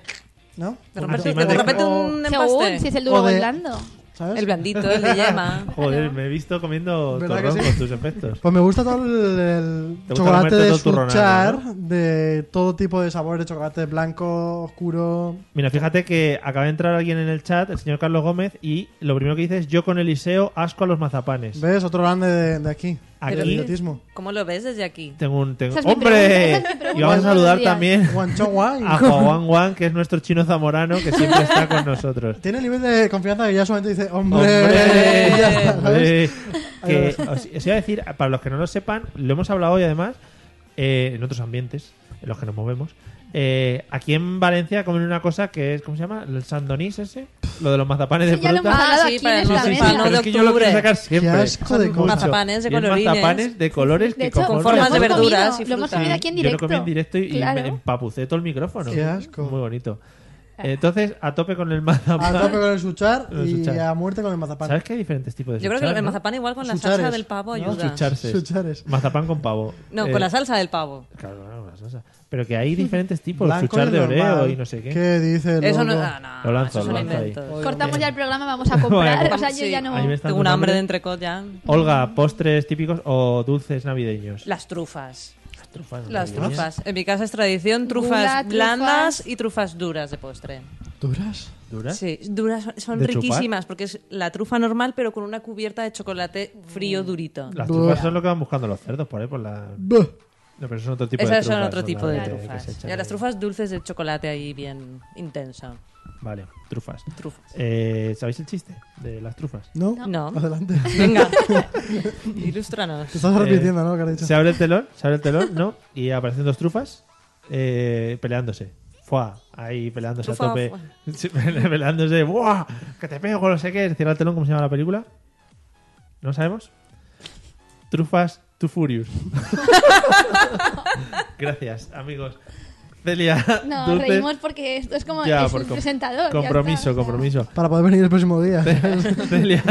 B: ¿No?
D: De repente,
A: encima
D: de
A: de-
D: repente
B: o-
D: un
F: Según
D: empaste.
F: si es el duro
B: O
F: o
B: de-
F: el blando.
B: ¿Sabes?
D: El blandito, el de yema.
A: Joder, me he visto comiendo
B: ¿Verdad
A: turrón
B: que sí?
A: con tus efectos.
B: Pues me gusta todo el, el
A: Te gusta
B: chocolate
A: comerte
B: de
A: todo turronado,
B: escuchar, de todo tipo de sabores, de chocolate blanco, oscuro.
A: Mira, fíjate que acaba de entrar alguien en el chat, el señor Carlos Gómez, y lo primero que dice es yo con Eliseo asco a los mazapanes.
B: ¿Ves? Otro grande de, de aquí. el
A: aquí
B: idiotismo.
D: ¿Cómo lo ves desde aquí?
A: tengo un... tengo-
F: Esa es mi pregunta,
A: ¡Hombre!
F: esa es mi
A: y
F: pregunta
A: vamos a
F: todos
A: saludar
F: los días.
A: también
B: Guancho guay.
A: a Juan Juan, que es nuestro chino zamorano, que siempre está con nosotros.
B: Tiene el nivel de confianza que ya solamente dice, hombre.
A: ¡Hombre!
B: Ya está, ¿sabes?
A: Eh, que os, os iba a decir, para los que no lo sepan, lo hemos hablado hoy además, eh, en otros ambientes en los que nos movemos. Eh, aquí en Valencia comen una cosa que es, ¿cómo se llama? El sandonís ese, lo de los mazapanes de
F: Sí, ya lo
A: fruta.
F: hemos hablado
D: sí,
F: Ah, aquí
D: para
F: en
A: Sí,
F: esta
D: el
A: sí,
D: Mazapanes
A: sí,
F: mesa.
D: de
A: pero es que yo lo
D: octubre.
A: quiero sacar siempre.
B: Qué asco de
A: Son
B: cosa.
D: Mazapanes de
A: Y es
D: colorines.
A: Mazapanes de colores
F: De
A: que
F: hecho,
A: cojones.
D: con formas
F: lo
D: de
F: hemos
D: verduras
F: comido,
D: y
F: Lo hemos
D: fruta.
F: comido aquí en
A: Yo lo
F: directo.
A: comí en directo y
F: Claro.
A: me empapucé todo el micrófono.
B: Qué asco.
A: Muy bonito. Entonces, a tope con el
B: A
A: mazapán.
B: tope con el suchar
A: El
B: y
A: suchar.
B: a muerte con el mazapán.
A: ¿Sabes que hay diferentes tipos de
D: Yo creo que
A: suchar,
D: el
A: no?
D: mazapán igual con la salsa
B: Suchares,
D: del pavo
B: ¿no?
D: ayuda.
A: Sucharses.
B: Suchares.
A: Mazapán con pavo.
D: No,
A: Eh,
D: con la salsa del pavo.
A: Claro, claro, con la salsa. Pero que hay diferentes tipos.
B: Blanco
A: Suchar
B: y
A: de
B: normal.
A: Oreo y no sé qué.
B: ¿Qué dice el
D: Eso no,
B: loco?
D: ah, no,
A: Lo lanzo,
D: eso
A: lo
D: son
A: lanzo ahí.
D: inventos.
F: Cortamos ya el programa, vamos a comprar.
A: Bueno,
F: o sea,
D: sí.
F: yo ya no.
A: Ahí me está
D: Tengo
A: dando
D: un hambre
A: hambre.
D: de entrecot ya.
A: Olga, postres típicos o dulces navideños.
D: Las trufas.
A: Las trufas.
D: Las
A: navideñas.
D: trufas. En mi casa es tradición trufas
F: Gula, trufas.
D: blandas y trufas duras de postre.
B: ¿Duras?
A: ¿Duras?
D: Sí, duras son- son
A: ¿Eh? ¿De chupar?
D: riquísimas porque es la trufa normal pero con una cubierta de chocolate frío
F: Mm.
D: durito.
A: Las trufas son lo que van buscando los cerdos por ahí, por la... No,
B: Buh.
A: pero son otro tipo de
D: Esas
A: trufas.
D: son otro tipo de
A: las que se
D: trufas.
A: echan
D: Ya, las
A: ahí.
D: trufas dulces de chocolate ahí bien intenso.
A: Vale, trufas.
D: Trufas.
A: Eh, ¿Sabéis el chiste de las trufas?
B: No.
D: No.
B: Adelante.
D: Venga, ilústranos.
B: Te estás
A: Eh,
B: repitiendo, ¿no? Lo que has dicho.
A: Se abre el telón, se abre el telón, ¿no? Y aparecen dos trufas eh, peleándose. Fuá, ahí peleándose
D: Trufa,
A: a tope.
D: fuá.
A: Sí, peleándose, ¡buah! Que te pego, no sé qué. Cierra el telón, ¿cómo se llama la película? ¿No sabemos? Trufas to Furious. Gracias, amigos. Celia,
F: No,
A: dulces.
F: reímos porque esto es como
A: Ya,
F: es
A: por
F: un
A: com-
F: presentador. ya está,
A: Compromiso,
F: o sea.
A: compromiso.
B: Para poder venir el próximo día.
A: Celia,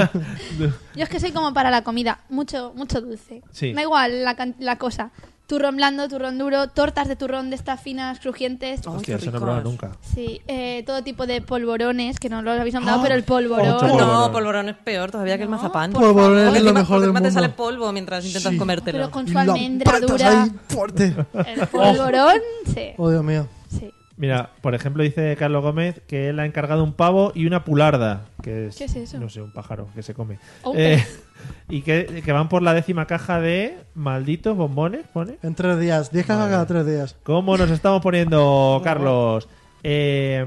A: du-
F: Yo es que soy como para la comida, mucho mucho dulce.
A: Sí.
F: Da igual la, can- la cosa. Turrón blando, turrón duro, tortas de turrón de estas finas, crujientes.
A: Hostia,
D: qué
A: eso no he
D: ricos.
A: probado nunca.
F: Sí, eh, todo tipo de polvorones, que no los habéis nombrado,
A: Ah,
F: pero el polvorón.
A: ocho
F: No,
D: No,
A: Polvorón.
D: polvorón es peor todavía que el mazapán.
B: Polvorón es
D: Porque
B: lo
D: encima-
B: mejor
D: porque
B: del
D: encima te
B: mundo.
D: sale polvo mientras intentas
B: Sí.
D: comértelo.
F: pero con
B: Y
F: su
B: la
F: almendra
B: apretas
F: dura.
B: ahí fuerte.
F: El polvorón, sí.
B: Oh, Dios mío.
F: sí.
A: Mira, por ejemplo, dice Carlos Gómez que él ha encargado un pavo y una pularda, que es,
F: ¿Qué es eso?
A: no sé, un pájaro que se come.
F: O un
A: Eh, y que, que van por la décima caja de malditos bombones, pone.
B: En tres días. Diez cajas cada tres días.
A: ¿Cómo nos estamos poniendo, Carlos? Eh,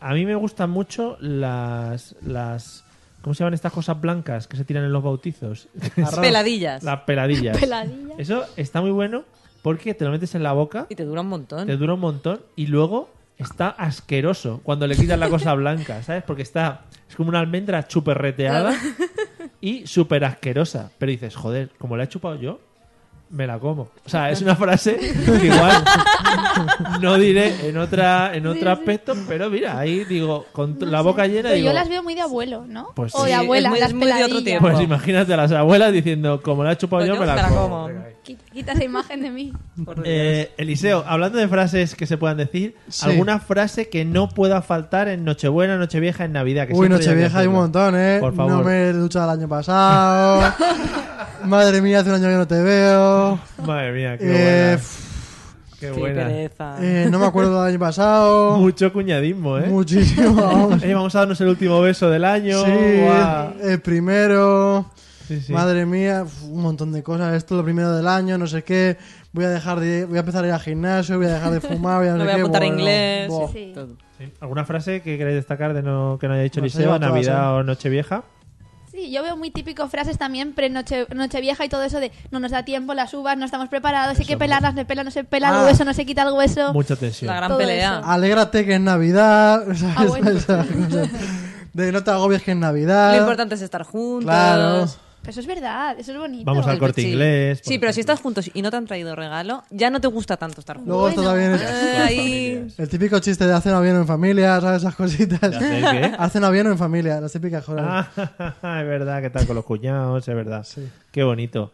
A: a mí me gustan mucho las, las... ¿Cómo se llaman estas cosas blancas que se tiran en los bautizos?
D: Peladillas.
A: Las peladillas.
F: Peladillas.
A: Eso está muy bueno porque te lo metes en la boca
D: Y te dura un montón.
A: te dura un montón y luego está asqueroso cuando le quitas la cosa blanca, ¿sabes? Porque está es como una almendra chuperreteada y súper asquerosa. Pero dices, joder, como la he chupado yo, me la como. O sea, es una frase que igual no diré en otra en otro aspecto, pero mira, ahí digo, con la boca llena
F: Pero
A: digo,
F: yo las veo muy de abuelo, ¿no?
A: Pues
F: o
A: sí.
F: de abuela,
D: Es muy-
F: las
D: es muy de otro
F: peladillas.
D: tiempo.
A: pues imagínate a las abuelas diciendo, como la he chupado
D: Coño,
A: yo, me la,
D: me la
A: como.
D: como.
A: Venga, ahí.
F: Qui- Quita esa imagen de mí.
D: Por Dios.
A: Eh, Eliseo, hablando de frases que se puedan decir,
B: Sí.
A: ¿alguna frase que no pueda faltar en Nochebuena, Nochevieja, en Navidad? Que
B: Uy,
A: siempre hay que
B: Nochevieja hay un
A: hacerlo?
B: montón, ¿eh?
A: Por favor.
B: No me he duchado el año pasado. Madre mía, hace un año que no te veo.
A: Madre mía, qué
B: Eh,
A: buena.
B: pf,
A: qué
D: Qué
A: buena.
D: pereza.
B: eh, no me acuerdo del año pasado.
A: Mucho cuñadismo, ¿eh?
B: Muchísimo. vamos.
A: Eh, vamos a darnos el último beso del año.
B: Sí,
A: Guau.
B: el primero.
A: Sí, sí.
B: Madre mía, uf, un montón de cosas. Esto es lo primero del año, no sé qué. Voy a dejar de, voy a empezar a ir al gimnasio, voy a dejar de fumar, voy a no, sé
D: No voy a
B: qué.
D: apuntar
B: Bueno,
D: inglés.
B: buah.
F: Sí.
D: Todo.
A: Sí. ¿Alguna frase que queréis destacar de no, que no haya dicho
B: Nos
A: Eliseo,
B: lleva todas,
A: Navidad
B: ¿eh?
A: o Nochevieja?
F: Sí, yo veo muy típico frases también pre noche, vieja y todo eso de no nos da tiempo, las uvas, no estamos preparados, hay que pelarlas, se pela, no se pela
B: Ah.
F: el hueso, no se quita el hueso.
A: Mucha tensión.
D: La gran
F: Todo
D: pelea.
F: eso.
B: Alégrate que es Navidad. ¿sabes?
F: Ah, bueno.
B: Esas cosas. De no te agobies que es
D: Lo
A: Ah.
B: Navidad.
D: importante es estar juntos.
B: Claro.
F: Pero eso es verdad, eso es bonito.
A: Vamos al
D: El-
A: corte
D: sí.
A: inglés. por
D: Sí, pero si
A: ejemplo.
D: estás juntos y no te han traído regalo, ya no te gusta tanto estar juntos.
B: Luego esto también es
D: Eh, ahí.
B: el típico chiste de hace no bien o en familia, ¿sabes? Esas cositas.
A: ¿De hacer qué?
B: Hace no bien o en familia, las típicas cosas.
A: Ah, es verdad que tal con los cuñados, es verdad. Qué bonito.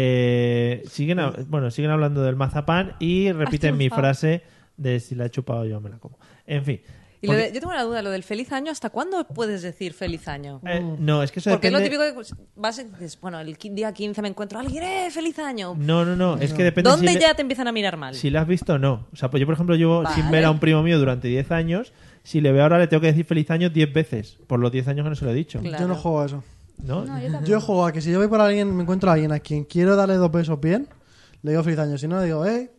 A: Eh, siguen, hab- bueno, siguen hablando del mazapán y repiten mi
F: triunfado.
A: frase de si la he chupado yo me la como. En fin.
D: Y lo de-
A: Porque-
D: yo tengo una duda, lo del feliz año, ¿hasta cuándo puedes decir feliz año?
A: eh, no, es que eso
D: Mm. Porque es lo
A: depende-
D: típico que pues, vas y dices, bueno, el qui- día 15 me encuentro a alguien, ¡eh, feliz año!
A: No, no, no, es que Mm, depende
D: ¿Dónde
A: si, le-
D: ya te empiezan a mirar mal?
A: si la has visto o no. O sea, pues yo, por ejemplo, llevo sin
D: Vale.
A: ver a un primo mío durante 10 años. Si le veo ahora, le tengo que decir feliz año 10 veces. Por los 10 años que no se lo he dicho.
D: Claro.
B: Yo no juego a eso.
A: ¿no?
F: No, yo tampoco.
B: Yo juego a que si yo voy por alguien, me encuentro a alguien a quien quiero darle dos besos bien, le digo feliz año. Si no, le digo, eh,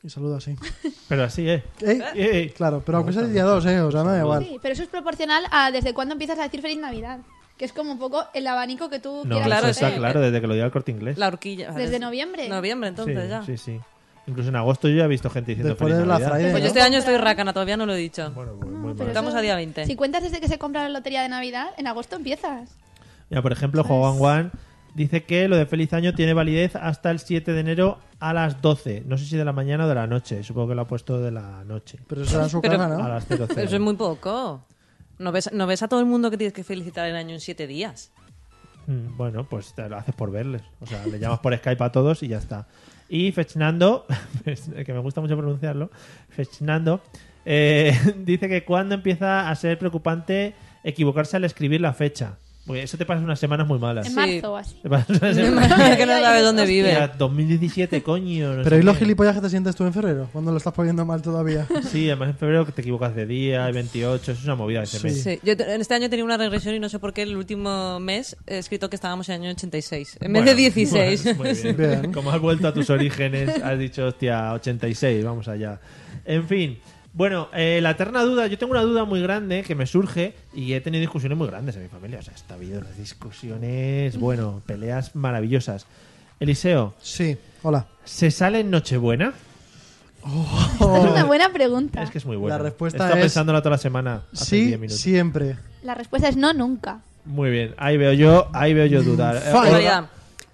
B: y saludo así.
A: Pero así, ¿eh?
B: Eh,
A: Eh, eh.
B: claro, pero aunque sea el día dos, eh, o sea, me da igual.
F: Sí, pero eso es proporcional a desde cuándo empiezas a decir Feliz Navidad. Que es como un poco el abanico que tú
A: No, claro,
F: quieras.
D: Claro,
F: hacer.
A: está
D: sí.
A: claro, desde que lo dio al corte inglés.
D: La horquilla.
F: Desde noviembre.
D: Noviembre,
A: sí,
D: entonces ya.
A: sí, sí. Incluso en agosto yo ya he visto gente diciendo
B: Después
A: feliz
B: de la
A: Navidad.
B: Friday,
D: Pues yo
B: ¿no?
D: este año estoy rácana, todavía no lo he dicho.
A: Bueno, muy- muy
F: Pero
A: mal.
D: Estamos
F: eso-
D: a día 20.
F: Si cuentas desde que se compra la lotería de Navidad, en agosto empiezas.
A: Mira, por ejemplo,
D: Pues
A: Juan Juan dice que lo de feliz año tiene validez hasta el 7 de enero a las 12. No sé si de la mañana o de la noche. Supongo que lo ha puesto de la noche.
B: Pero eso será en su
D: Pero-
B: casa,
A: A
B: ¿no?
A: las 00.
D: Pero eso es muy poco. No ves, no ves a todo el mundo que tienes que felicitar el año en siete días.
A: Mm, Bueno, pues te lo haces por verles. O sea, le llamas por Skype a todos y ya está. Y Fechnando, que me gusta mucho pronunciarlo, Fechnando, eh, dice que cuando empieza a ser preocupante equivocarse al escribir la fecha. Porque eso te pasa unas semanas muy malas.
F: En
D: Sí.
F: marzo o así.
A: Te pasa unas semanas-
D: que no sabes dónde
A: Hostia,
D: vive.
A: 2017, coño. no
B: Pero
A: sé
B: ¿y los
A: qué.
B: gilipollas que te sientes tú en febrero? Cuando lo estás poniendo mal todavía.
A: Sí, además en febrero que te equivocas de día, el 28, eso es una movida ese mes.
D: Sí. Yo te- en este año tenía una regresión y no sé por qué el último mes he escrito que estábamos en el año 86. En vez de
A: Bueno,
D: 16.
A: pues, muy bien.
B: Bien.
A: Como has vuelto a tus orígenes, has dicho, hostia, 86, vamos allá. En fin. Bueno, eh, la eterna duda, yo tengo una duda muy grande que me surge y he tenido discusiones muy grandes en mi familia. O sea, está habido unas discusiones, bueno, peleas maravillosas. Eliseo,
B: Sí, hola.
A: ¿se sale en Nochebuena?
F: Esta es una buena pregunta.
A: Es que es muy buena.
B: La respuesta
A: He estado
B: es-
A: pensándola toda la semana. hace 10
B: Sí,
A: minutos.
B: siempre.
F: La respuesta es no, nunca.
A: Muy bien, ahí veo yo, ahí veo yo dudar. Eh,
B: Fuck.
D: En
A: Olga,
D: realidad,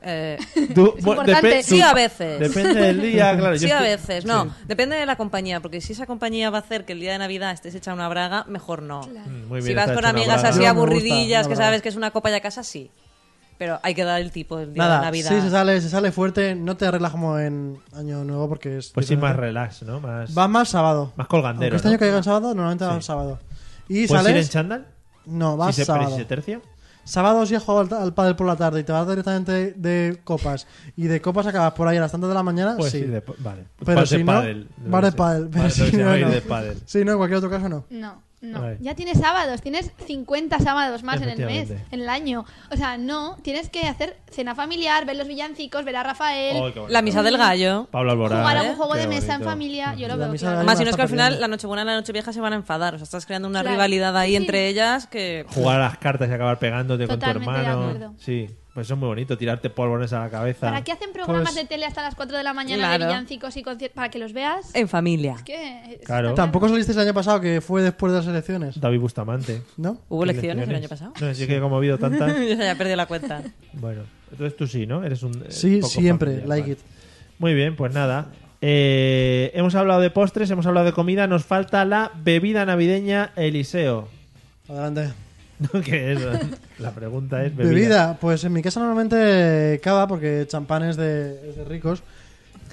D: eh,
A: Du-
F: Es
A: bu-
F: importante.
A: depe-
D: sí
A: du-
D: a veces.
A: Depende del día, claro.
D: Sí,
A: yo
D: a
A: estoy-
D: veces. No, depende de la compañía, porque si esa compañía va a hacer que el día de Navidad estés hecha una braga, mejor no.
A: Mm, muy bien,
D: si vas
A: está
D: con
A: hecho una
D: amigas
A: braga.
D: así
B: Yo me gusta,
D: aburridillas,
B: una
D: que
B: braga.
D: sabes que es una copa ya casa, sí. Pero hay que dar el tipo del día
B: Nada,
D: de Navidad.
B: sí, se sale, se sale fuerte. No te arreglas como en Año Nuevo porque es...
A: Pues sí, más
B: diferente.
A: relax, ¿no? Más,
B: Va más sábado.
A: más colgandero.
B: Aunque este
A: ¿no?
B: año caiga en sábado, normalmente va
A: Sí.
B: el sábado. Y
A: ¿Puedes ir en
B: sales...
A: chándal?
B: No,
A: Si
B: vas
A: se, pero si
B: sábado.
A: se tercia.
B: Sábado sí has jugado al, ta- al pádel por la tarde y te vas directamente de copas. Y de copas acabas por ahí a las tantas de la mañana.
A: Pues
B: Ah, sí.
A: sí, de, vale.
B: Pero
A: Vas
B: si
A: de
B: no,
A: pádel, debe
B: vas de
A: ser.
B: pádel, pero
A: Vale,
B: si
A: entonces se
B: no,
A: va a ir
B: no.
A: de pádel.
B: Sí, no, en cualquier otro caso no.
F: No, no.
A: Ay.
F: Ya tienes sábados, tienes 50 sábados más en el mes,
A: Efectivamente.
F: en el año. O sea, no, tienes que hacer cena familiar, ver los villancicos, ver a Rafael,
A: Oh, qué bonito.
D: La misa del gallo.
A: Pablo Alborán.
F: jugar a
A: ¿eh?
F: un juego
A: Qué
F: de mesa en
A: bonito.
F: familia. Yo lo
B: La
F: veo
B: misa
F: claro.
B: de
D: Además, si no es
B: está
D: que al final
B: perdiendo.
D: la Nochebuena y la Nochevieja se van a enfadar. O sea, estás creando una
F: Claro.
D: rivalidad ahí
F: Sí, sí.
D: entre ellas que.
A: Jugar a las cartas y acabar pegándote
F: Totalmente
A: con
F: de
A: tu hermano.
F: acuerdo.
A: Sí, pues eso es muy bonito, tirarte polvorones a la cabeza.
F: ¿Para qué hacen programas
B: Pues-
F: de tele hasta las 4 de la mañana
D: Claro.
F: de villancicos y conciertos? Para que los veas.
D: En familia.
F: ¿Qué?
A: Eh, Claro.
B: Tampoco salisteis el año pasado, que fue después de las elecciones,
A: David Bustamante.
B: ¿no?
D: Hubo
A: ¿Qué
D: elecciones el año pasado.
A: No, sí que he conmovido tantas.
D: Yo ya he perdido la cuenta.
A: Bueno, entonces tú sí, ¿no? Eres un. eh,
B: Sí,
A: poco
B: siempre,
A: familiar,
B: like
A: vale.
B: it.
A: Muy bien, pues nada. Eh, hemos hablado de postres, hemos hablado de comida, nos falta la bebida navideña Eliseo.
B: Adelante.
A: ¿Qué es? La pregunta es
B: Bebida.
A: bebida.
B: pues en mi casa normalmente eh, cava, porque champán es de, es de ricos.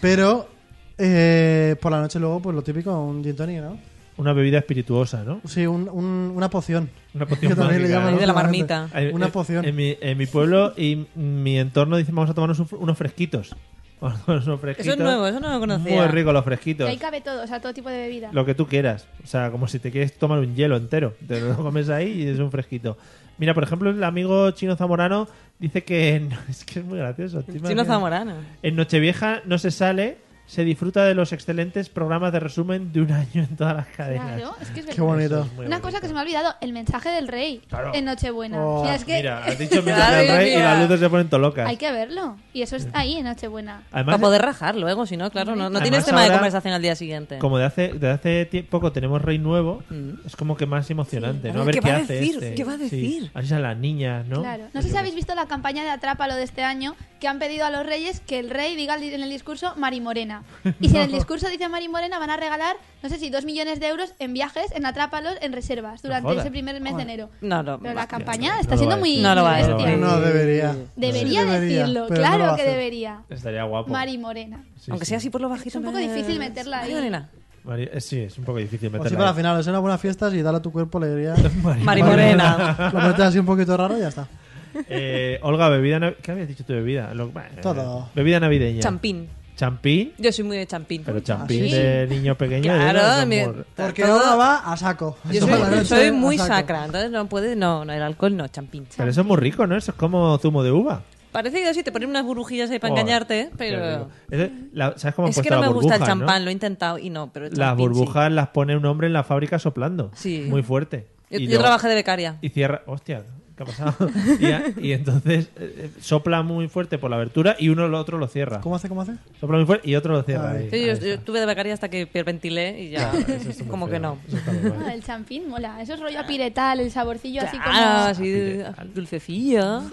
B: Pero eh, por la noche luego, pues lo típico, un gin tonic, ¿no?
A: Una bebida espirituosa, ¿no?
B: Sí, un- un- una poción.
A: Una poción
B: Que también le
A: mágica,
B: llaman
A: ¿no?
D: De la
B: últimamente.
D: marmita.
A: Eh,
B: Una
A: eh,
B: poción.
A: En mi, en mi pueblo y mi entorno dicen vamos a tomarnos un- unos fresquitos. Vamos a tomarnos unos fresquitos.
D: Eso es nuevo, eso no lo conocía.
A: Muy rico los
F: Que
A: fresquitos.
F: ahí cabe todo, o sea, todo tipo de bebida.
A: Lo que tú quieras. O sea, como si te quieres tomar un hielo entero. Te lo comes ahí y es un fresquito. Mira, por ejemplo, el amigo Chino Zamorano dice que... en- es que es muy gracioso. tío,
D: Chino
A: imagina.
D: Zamorano.
A: En Nochevieja no se sale, se disfruta de los excelentes programas de resumen de un año en todas las cadenas.
F: Claro, es que es
B: Qué
F: verdad.
B: bonito.
A: Muy
F: Una
A: bonito.
F: cosa que se me ha olvidado, el mensaje del rey
A: Claro.
F: en Nochebuena.
B: Oh,
F: Mira, es que
A: Mira, has dicho Mira
D: Madre
A: del Rey y
D: mía.
A: las luces se ponen todo locas.
F: hay que verlo. Y eso es ahí en Nochebuena.
A: Además,
D: Para poder rajar luego, si no, claro, no, no
A: Además,
D: tienes tema de
A: ahora-
D: conversación al día siguiente.
A: como de hace, de hace tie- poco tenemos Rey Nuevo,
D: Mm.
A: es como que más emocionante,
D: Sí.
A: ¿no? A
D: Ay,
A: ver qué,
D: ¿qué va a
A: hace
D: decir?
A: este.
D: ¿Qué va a
A: Sí.
D: decir?
A: Así son las niñas, ¿no?
F: Claro. No sé si habéis visto la campaña de Atrápalo de este año, que han pedido a los reyes que el rey diga al- en el discurso Mari Morena. Y si en el discurso dice Mari Morena, van a regalar, no sé si, dos millones de euros en viajes, en Atrápalos, en reservas, durante
A: jodas.
F: ese primer mes de enero.
D: No, no.
F: Pero
D: va.
F: la campaña
A: no lo
F: está
A: va
F: siendo
A: a
F: muy
A: decir.
D: No lo va a
F: bestia.
A: decir.
B: No, debería.
F: Debería,
B: Sí, debería,
F: decirlo,
B: pero no
F: claro
B: lo va a
F: que
B: hacer.
F: debería.
A: Estaría guapo.
F: Mari Morena.
A: Sí,
D: Aunque
A: sí.
D: sea así por lo bajito.
F: Es un poco
D: me-
F: difícil meterla ahí.
D: Ay, Morena.
A: Mari- eh, sí, es un poco difícil
B: O
A: meterla.
B: Pues sí, para
A: ahí.
B: la final, es una buena fiesta y dale a tu cuerpo alegría.
D: Mari Morena.
B: Lo metes así un poquito raro y ya está.
A: Eh, Olga, bebida nav- ¿Qué habías dicho tu bebida? Lo- bueno,
B: Todo.
A: Bebida navideña.
D: Champín.
A: Champín,
D: Yo soy muy de champín.
A: pero champín
B: sí.
A: de niño pequeño. de
D: Claro,
A: los
D: mi-
A: amor.
B: Porque
D: todo-
B: ahora va a saco.
D: Yo
B: Toda la
D: soy,
B: noche
A: ¿eh?
D: soy muy
B: a saco.
D: sacra, entonces no puede, no, no, el alcohol no, champín.
A: Pero eso es muy rico, ¿no? Eso es como zumo de uva.
D: Parecido sí, te ponen unas burbujillas ahí para
A: Joder,
D: engañarte,
A: qué
D: pero...
A: rico. Ese- la- ¿Sabes cómo han
D: Es que
A: puesto
D: no me
A: las
D: gusta
A: burbujas,
D: el
A: no?
D: champán, lo he intentado y no, pero el
A: Las
D: champín sí.
A: burbujas las pone un hombre en la fábrica soplando.
D: Sí.
A: Muy fuerte.
D: Yo,
A: Y
D: yo
A: luego-
D: trabajé de becaria.
A: Y cierra. Hostia, ¿qué ha pasado? y, a- y entonces eh, eh, sopla muy fuerte por la abertura y uno lo otro lo cierra.
B: ¿Cómo hace? ¿Cómo hace?
A: Sopla muy fuerte y otro lo cierra. ahí.
B: Ay.
D: Yo,
A: Ahí
D: yo-
A: está.
D: yo estuve de becaria hasta que perventilé y ya,
A: Ah, eso está muy
D: como
A: feo.
D: que no.
A: Eso está muy mal.
F: Ah, el champín mola. Eso es rollo apiretal, el saborcillo así como.
D: Ah, así, dulcecilla.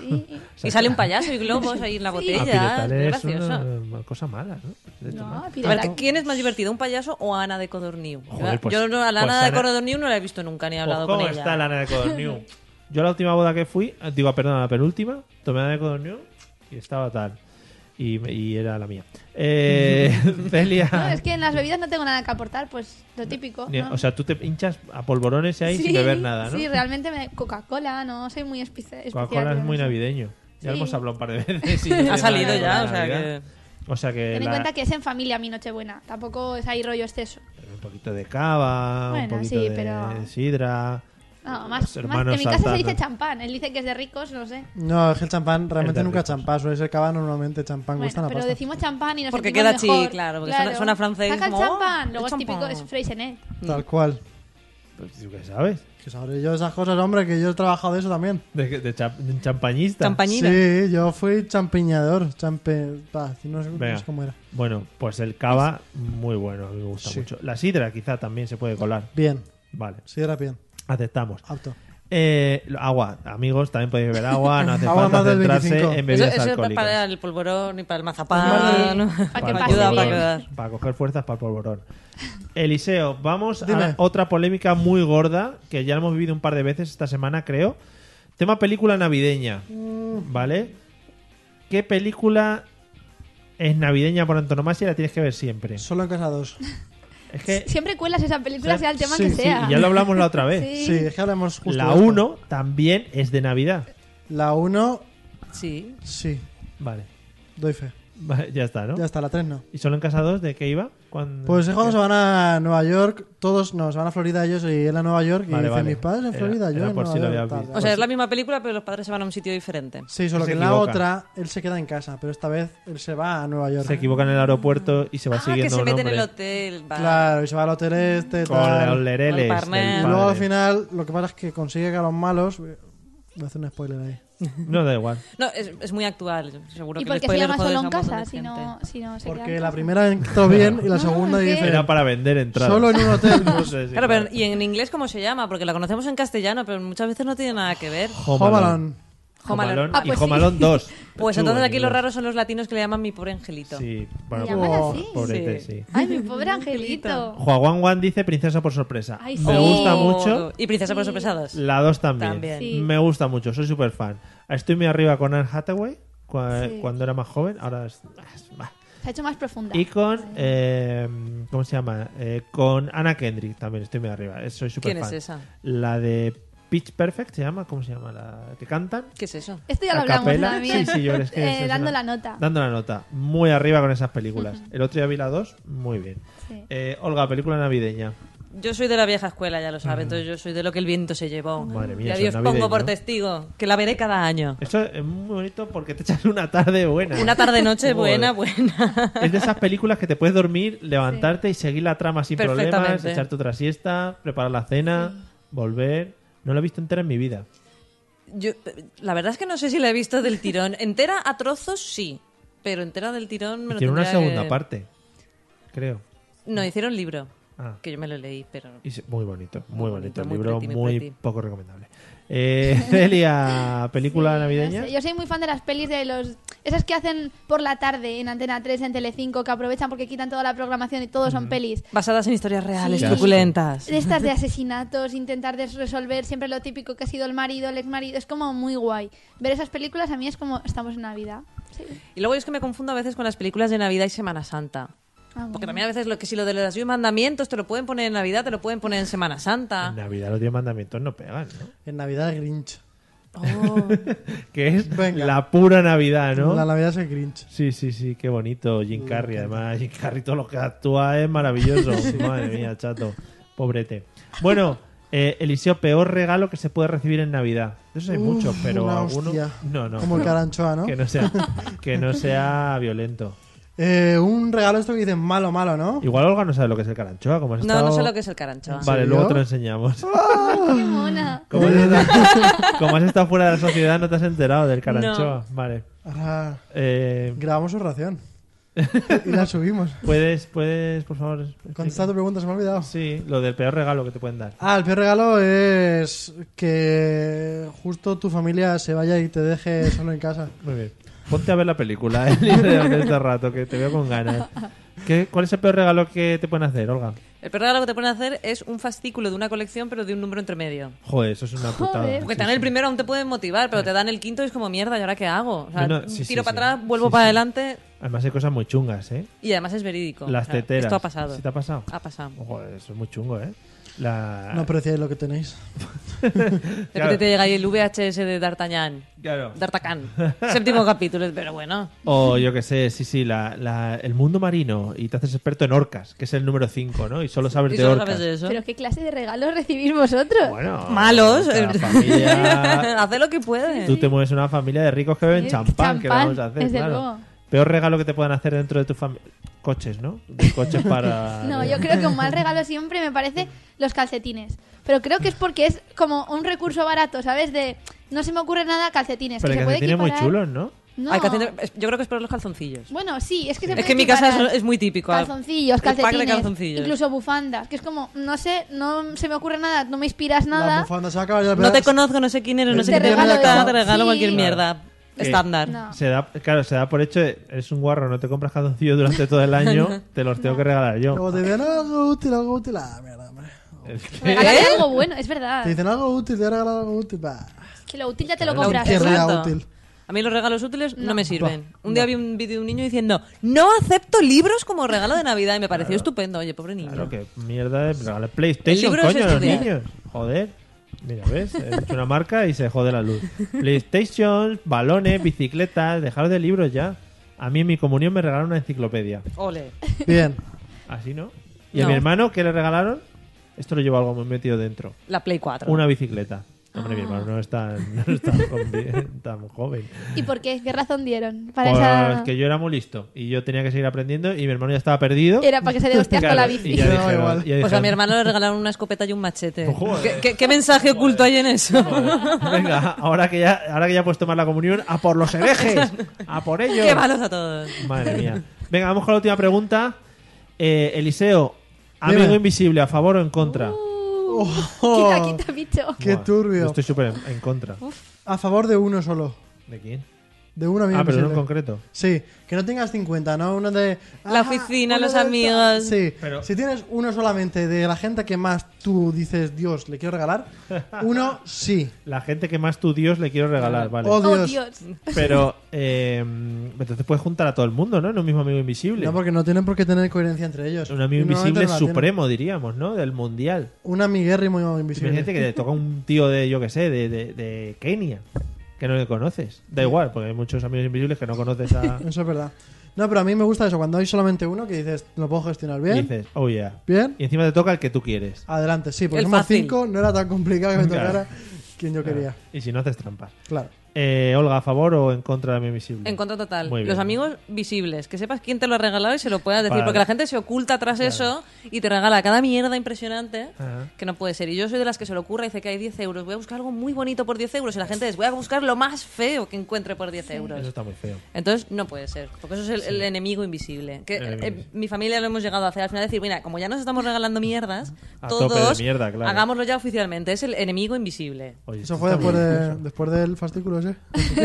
F: Sí.
D: Y sale un payaso y globos ahí en la botella.
A: Apiretal
D: es
A: Ah, es
D: gracioso.
A: una cosa mala, ¿no? De
F: No,
A: tomar.
D: A ver,
F: apiretal.
D: ¿quién es más divertido, un payaso o Ana de Codorniu?
A: Joder,
D: Yo-
A: pues-
D: Yo no- a la
A: pues
D: Ana de
A: Ana-
D: Codorniu no la he visto nunca ni he hablado
A: Pues,
D: con
A: ¿Cómo
D: ella.
A: está la Ana de Codorniu? Yo la última boda que fui, eh, digo, perdón, la penúltima, tomé Ana de Codorniu y estaba tal. Y, me- y era la mía. Eh, Celia.
F: No, es que en las bebidas no tengo nada que aportar, pues lo típico.
A: Ni-
F: ¿no?
A: O sea, tú te pinchas a polvorones ahí
F: Sí,
A: sin beber nada, ¿no?
F: Sí, realmente me Coca-Cola, no soy muy espe- especial.
A: Coca-Cola es
F: yo
A: muy
F: no sé.
A: navideño. Ya lo
F: Sí.
A: hemos hablado un par de veces. y no tiene
D: Ha salido
A: nada que ver
D: ya,
A: con la
D: o sea que...
A: Navidad. O sea que.
F: Ten en
A: la-
F: cuenta que es en familia mi Nochebuena, tampoco es ahí rollo exceso.
A: Un poquito de cava, un
F: Bueno,
A: poquito
F: sí,
A: de
F: pero-
A: sidra.
F: No,
A: los
F: más, más
A: hermanos
F: en mi casa se
A: saltando.
F: dice champán, él dice que es de ricos, no sé.
B: No, es que el champán realmente
A: de
B: nunca
A: ricos.
B: champán, suele ser cava normalmente champán,
F: Bueno,
B: gusta la
F: pero
B: pasta.
F: decimos champán y nos
D: Porque
F: sentimos
D: queda
F: mejor.
D: chic, claro, porque suena- suena francés,
F: Saca el
D: como,
F: champán,
D: ¡oh,
F: luego
D: el
F: es típico,
D: champán!
F: es Freysenet.
B: Tal cual.
A: Pues, ¿Tú qué sabes?
B: Que sabré yo esas cosas, hombre, que yo he trabajado de eso también.
A: De, de cha- de un champañista.
D: Champañina.
B: Sí, yo fui champiñador, champe... pa, no, sé, no
A: Venga.
B: sé cómo era.
A: Bueno, pues el cava, muy bueno, a mí me gusta
B: Sí. Ah.
A: mucho. La sidra quizá también se puede colar.
B: Bien,
A: Vale,
B: sí era bien,
A: aceptamos.
B: apto.
A: Eh, lo- agua, amigos, también podéis beber agua, no hace
B: Agua
A: falta
B: más del
A: centrarse
B: 25.
A: en
D: Eso,
A: bebidas
D: eso es
A: alcohólicas.
D: para el polvorón y para el mazapán.
F: Para que
A: el
F: pase
D: Ayuda
F: bien.
D: para
A: polvorón,
D: quedar.
A: para coger fuerzas para el polvorón. Eliseo, vamos
B: Dime.
A: a otra polémica muy gorda que ya la hemos vivido un par de veces esta semana, creo. Tema película navideña,
B: Mm.
A: ¿vale? ¿Qué película es navideña por antonomasia y la tienes que ver siempre?
B: Solo en casa dos.
A: Es que
F: Siempre cuelas esa película,
A: Sí,
F: sea el tema
B: sí,
F: que
B: sí,
F: sea.
A: y ya lo hablamos la otra vez.
F: Sí.
B: Sí, es que hablamos justo
A: La
B: de esto.
A: 1 también es de Navidad.
B: La 1,
D: Sí.
B: sí,
A: Vale.
B: doy fe.
A: Vale, Ya está, ¿no?
B: Ya está, la 3 no.
A: ¿Y solo en casa 2 de qué iba? Cuando-
B: Pues es cuando se van a Nueva York, todos, no, se van a Florida ellos y él a Nueva York y
A: Vale,
B: dicen,
A: vale.
B: mis padres en
A: Era-
B: Florida, yo
A: era
B: en
A: por
B: Nueva
A: si lo
B: York,
A: había
B: tal,
A: visto.
B: tal.
D: O sea, es la misma película, pero los padres se van a un sitio diferente.
B: Sí, solo
A: Se
B: que en la
A: equivoca.
B: otra él se queda en casa, pero esta vez él se va a Nueva York.
A: Se equivoca en el aeropuerto y se va
D: Ah,
A: siguiendo
D: que se
A: un
D: mete en
A: hombre
D: el hotel. vale.
B: Claro, y se va al hotel este,
A: con los
B: tal.
A: lereles.
D: Con el parnell.
B: Y
A: del
B: luego al
A: padre.
B: final lo que pasa es que consigue que a los malos... Voy a hacer un spoiler ahí.
A: No da igual.
D: No, es, es muy actual, seguro
F: ¿Y
D: que
F: por qué
D: el
F: se
D: spoiler
F: llama solo
D: jodes a
F: en
D: un montón
F: casa?
D: de
F: Si
D: gente.
F: no, si no se queda
B: Porque
F: en
B: la
F: casa?
B: primera entró bien y la segunda
F: es que-
B: dice...
A: Era para vender entradas.
B: Solo en un hotel.
A: No sé si-
D: Claro, pero ¿y en inglés cómo se llama? Porque la conocemos en castellano, pero muchas veces no tiene nada que ver.
A: Home
B: Home
A: Alone.
B: Alone.
D: Home Alone.
A: Alone
F: Ah,
A: y
F: pues
A: Home
F: sí.
A: Alone 2.
D: Pues
A: Chulo,
D: entonces aquí
A: en
D: los
A: inglés.
D: raros son los latinos que le llaman mi pobre angelito.
A: Sí, bueno,
F: Me llaman
A: pues,
F: así.
A: pobrete,
D: Sí.
A: sí.
F: Ay, mi pobre angelito.
A: Juan Juan Juan dice Princesa por sorpresa.
F: Ay,
A: Me
F: sí.
A: gusta
D: Oh,
A: mucho.
D: Y Princesa por
F: Sí.
D: sorpresa 2.
A: La 2 también.
D: También.
F: Sí.
A: Me gusta mucho, soy súper fan. Estoy muy arriba con Anne Hathaway cua-
F: Sí.
A: cuando era más joven. Ahora es. bah.
F: Se ha hecho más profunda.
A: Y con. eh, ¿Cómo se llama? Eh, con Anna Kendrick también estoy muy arriba. eh, Soy súper
D: ¿Quién
A: fan.
D: es esa?
A: La de Pitch Perfect se llama. ¿Cómo se llama? La que cantan.
D: ¿Qué es eso?
F: Esto ya lo
A: a
F: hablamos
A: capela.
F: también.
A: Sí, sí, yo es que
F: Eh,
A: eso es
F: dando
A: una-
F: la nota.
A: Dando la nota. Muy arriba con esas películas. El otro día vi la 2, muy bien.
F: Sí.
A: Eh, Olga, película navideña.
D: Yo soy de la vieja escuela, ya lo sabes. Entonces yo soy de lo que el viento se llevó.
A: Madre mía,
D: y a
A: eso
D: Dios
A: es navideño.
D: pongo por testigo, que la veré cada año.
A: Esto es muy bonito porque te echas una tarde buena.
D: Una tarde-noche buena,
A: Joder.
D: buena.
A: Es de esas películas que te puedes dormir, levantarte y seguir la trama sin problemas,
D: Perfectamente.
A: echarte otra siesta, preparar la cena, volver. No la he visto entera en mi vida.
D: Yo, la verdad es que no sé si la he visto del tirón. Entera a trozos, sí. Pero entera del tirón
A: Y
D: me lo
A: tiene una
D: tendría
A: segunda
D: que-
A: parte, creo.
D: No, hicieron libro.
A: Ah.
D: Que yo me lo leí, pero...
A: Y se- muy bonito, muy,
D: Muy
A: bonito.
D: bonito,
A: El
D: muy
A: libro
D: pretty, muy
A: muy
D: pretty.
A: poco recomendable. Eh, Celia, película navideña.
F: No sé, Yo soy muy fan de las pelis de los... Esas que hacen por la tarde en Antena 3, en Telecinco, que aprovechan porque quitan toda la programación y todo son pelis.
D: Basadas en historias reales,
F: Sí.
D: truculentas.
F: De estas de asesinatos, intentar des- resolver siempre lo típico que ha sido el marido, el ex marido. Es como muy guay. Ver esas películas a mí es como estamos en Navidad. Sí.
D: Y luego es que me confundo a veces con las películas de Navidad y Semana Santa.
F: Ah,
D: Porque
F: bueno.
D: también a veces lo que si lo de los diez mandamientos te lo pueden poner en Navidad, te lo pueden poner en Semana Santa.
A: En Navidad los diez mandamientos no pegan, ¿no?
B: En Navidad Grinch.
A: que es
B: Venga.
A: la pura Navidad, ¿no?
B: La Mm, Navidad es el Grinch.
A: Sí, sí, sí, qué bonito. Jim Carrey, además, Jim Carrey, todo lo que actúa es maravilloso. Madre mía, chato. Pobrete. Bueno, eh, Eliseo, peor regalo que se puede recibir en Navidad. De eso hay
B: Uf,
A: muchos, pero
B: una
A: alguno.
B: hostia.
A: No, no.
B: Como el caranchoa, ¿no?
A: Que no sea, que no sea violento.
B: Eh, un regalo esto que dicen malo, malo, ¿no?
A: Igual Olga no sabe lo que es el caranchoa. Como has
D: No, no
A: estado-
D: sé lo que es el caranchoa.
A: Vale,
B: ¿En
A: luego
B: serio?
A: te lo enseñamos.
F: ¡Qué mona!
A: Como has, estado, como has estado fuera de la sociedad, no te has enterado del caranchoa. Vale.
B: Ahora
A: Eh,
B: grabamos su ración y la subimos.
A: ¿Puedes, puedes, por favor? explicar?
B: Contesta tu pregunta, se me ha olvidado.
A: Sí, lo del peor regalo que te pueden dar.
B: Ah, el peor regalo es que justo tu familia se vaya y te deje solo en casa.
A: Muy bien. Ponte a ver la película, el libro de este rato, que te veo con ganas. ¿Qué, ¿Cuál es el peor regalo que te pueden hacer, Olga?
D: El peor regalo que te pueden hacer es un fascículo de una colección, pero de un número entre medio.
A: Joder, eso es una putada.
F: Joder.
D: Porque te dan el primero, aún te pueden motivar, pero te dan el quinto y es como mierda, ¿y ahora qué hago? O sea,
A: No, no, sí,
D: tiro
A: sí,
D: para
A: sí.
D: atrás, vuelvo
A: Sí,
D: para
A: sí.
D: adelante
A: Además hay cosas muy chungas, ¿eh?
D: y además es verídico. O
A: Las
D: sea,
A: teteras.
D: Esto ha pasado. Ah.
A: ¿Sí te ha pasado?
D: Ha pasado.
A: Joder, eso es muy chungo, ¿eh? La...
B: No apreciáis lo que tenéis.
D: De
A: Claro.
D: repente te llega ahí el VHS de D'Artagnan.
A: Claro.
D: D'Artagnan. Séptimo capítulo, pero bueno.
A: O yo que sé, sí, sí, la, la- el mundo marino y te haces experto en orcas, que es el número 5, ¿no? Y solo sabes
D: ¿Y
A: de
D: solo
A: orcas.
D: sabes de eso?
F: ¿Pero qué clase de regalos recibís vosotros?
A: Bueno,
D: Malos.
A: la familia-
D: Haz lo que puedes.
A: Tú te mueves en una familia de ricos que beben
F: Sí,
A: champán, que
F: champán,
A: vamos a hacer,
F: desde
A: claro.
F: luego.
A: Peor regalo que te puedan hacer dentro de tu familia. Coches, ¿no? De coches para.
F: No, yo creo que un mal regalo siempre me parece los calcetines. Pero creo que es porque es como un recurso barato, ¿sabes? De no se me ocurre nada calcetines.
A: Pero
F: que
A: que
F: se puede
A: tiene muy
F: equiparar-
A: chulos, ¿no?
F: No.
D: Hay que hacer- es- yo creo que es por los calzoncillos.
F: Bueno, sí, es que se
D: Es
F: puede
D: que en mi casa
F: equiparar.
D: es, es muy típico.
F: Calzoncillos,
D: El pack de
F: calcetines,
D: calzoncillos.
F: incluso bufandas, que es como, no sé, no se me ocurre nada, no me inspiras
B: La
F: nada.
B: bufanda se va a acabar ya.
D: No te conozco, no sé quién eres, no
B: Te
D: sé qué te
B: regalo
D: gusta,
B: eso.
D: te regalo
F: Sí.
D: cualquier mierda.
A: ¿Qué?
D: Estándar.
F: No.
A: Se da, claro, se da por hecho, es un guarro, no te compras calzoncillos durante todo el año, te los tengo que regalar yo.
B: Luego te dicen algo útil, algo útil. Ah, mierda, hombre.
D: ¿Eh?
F: Regálame algo bueno, es verdad.
D: Ah.
B: Te dicen algo útil, te regalan algo útil. Bah.
F: Que lo útil ya te lo
D: Lo
F: compras.
B: Qué
D: útil,
B: rea
D: exacto.
B: útil.
D: A mí los regalos útiles no, me sirven.
B: Buah,
D: Un día vi un vídeo de un niño diciendo, no acepto libros como regalo de Navidad y me pareció estupendo. Oye, pobre niño.
A: Claro, que mierda de regalar PlayStation,
D: libro
A: coño,
D: es
A: a los
D: estudiar.
A: niños. Joder. Mira, ¿ves? He hecho una marca y se jode la luz. PlayStation, balones, bicicletas, dejaros de libros ya. A mí en mi comunión me regalaron una enciclopedia.
D: Ole.
B: Bien.
A: Así no. Y a
D: No.
A: mi hermano, ¿qué le regalaron? Esto lo llevo algo muy metido dentro.
D: La Play 4.
A: Una bicicleta. Hombre, mi hermano no es tan, no es tan joven- tan joven.
F: ¿Y por qué? ¿Qué razón dieron? Para
A: Pues
F: esa...
A: que yo era muy listo y yo tenía que seguir aprendiendo y mi hermano ya estaba perdido.
F: Era para que se dé hostias
A: Claro,
F: con la
A: Y
F: bici.
A: ya
B: No,
A: dijeron-
B: igual.
A: ya
D: Pues a
A: dijeron,
D: mi hermano le regalaron una escopeta y un machete.
A: Joder.
D: ¿Qué, qué- qué mensaje oculto hay en eso?
A: Venga, ahora que ya, ahora que ya puedes tomar la comunión, a por los herejes, a por ellos.
D: ¡Qué malos a todos!
A: Madre mía. Venga, vamos con la última pregunta. Eh, Eliseo, amigo
B: Dime. Uh,
A: invisible, a favor o en contra.
D: Uh,
B: Oh.
F: Quita, quita, bicho.
B: Qué
A: Buah,
B: turbio.
A: yo Estoy súper en, en contra.
B: A favor de uno solo.
A: ¿De quién?
B: De uno amigo
A: Ah, pero no
B: invisible.
A: en concreto.
B: Sí, que no tengas 50, ¿no? Uno de... "Ah,
D: La
B: "Ajá,
D: oficina,
B: uno
D: los
B: de-
D: amigos".
B: Sí,
A: Pero-
B: si tienes uno solamente de la gente que más tú dices, Dios, le quiero regalar, uno sí.
A: La gente que más tu Dios le quiero regalar, vale.
B: O
F: Oh,
B: Dios.
F: Dios.
A: Pero eh, entonces puedes juntar a todo el mundo, ¿no? En un mismo amigo invisible.
B: No, porque no tienen por qué tener coherencia entre ellos.
A: Un amigo
B: Y normalmente
A: invisible
B: no la
A: supremo, diríamos, ¿no? Del mundial.
B: tienen. Un amiguérrimo invisible.
A: Imagínate que te toca un tío de, yo que sé, de, de- de Kenia, que no le conoces. Da igual, porque hay muchos amigos invisibles que no conoces a...
B: Eso es verdad. No, pero a mí me gusta eso, cuando hay solamente uno que dices, lo puedo gestionar
A: Y
B: bien.
A: dices, oh yeah.
B: Bien. Ah,
A: Y encima te toca el que tú quieres.
B: Adelante, sí, porque
D: El
B: somos
D: fácil.
B: cinco, no era tan complicado que me
A: Claro.
B: tocara quien yo quería.
A: Y si no, haces trampas.
B: Claro.
A: Eh, Olga, ¿a favor o en contra de mi invisible?
D: En contra total.
A: Mm. Muy bien.
D: Los amigos visibles. Que sepas quién te lo ha regalado y se lo puedas decir.
A: Para-
D: Porque la gente se oculta tras eso y te regala cada mierda impresionante
A: Ajá.
D: que no puede ser. Y yo soy de las que se le ocurra y dice que hay 10 euros. Voy a buscar algo muy bonito por 10 euros. Y la gente es, voy a buscar lo más feo que encuentre por 10 euros.
A: Eso está muy feo.
D: Entonces no puede ser, porque eso es el, el enemigo invisible. Que
A: El enemigo
D: eh,
A: invisible.
D: mi familia lo hemos llegado a hacer al final decir, mira, como ya nos estamos regalando mierdas,
A: A tope de
D: todos
A: mierda, claro.
D: hagámoslo ya oficialmente, es el enemigo invisible.
A: Oye,
B: Eso
A: esto
B: fue
A: está
B: después,
A: muy bien.
B: de- después del fascículo ese.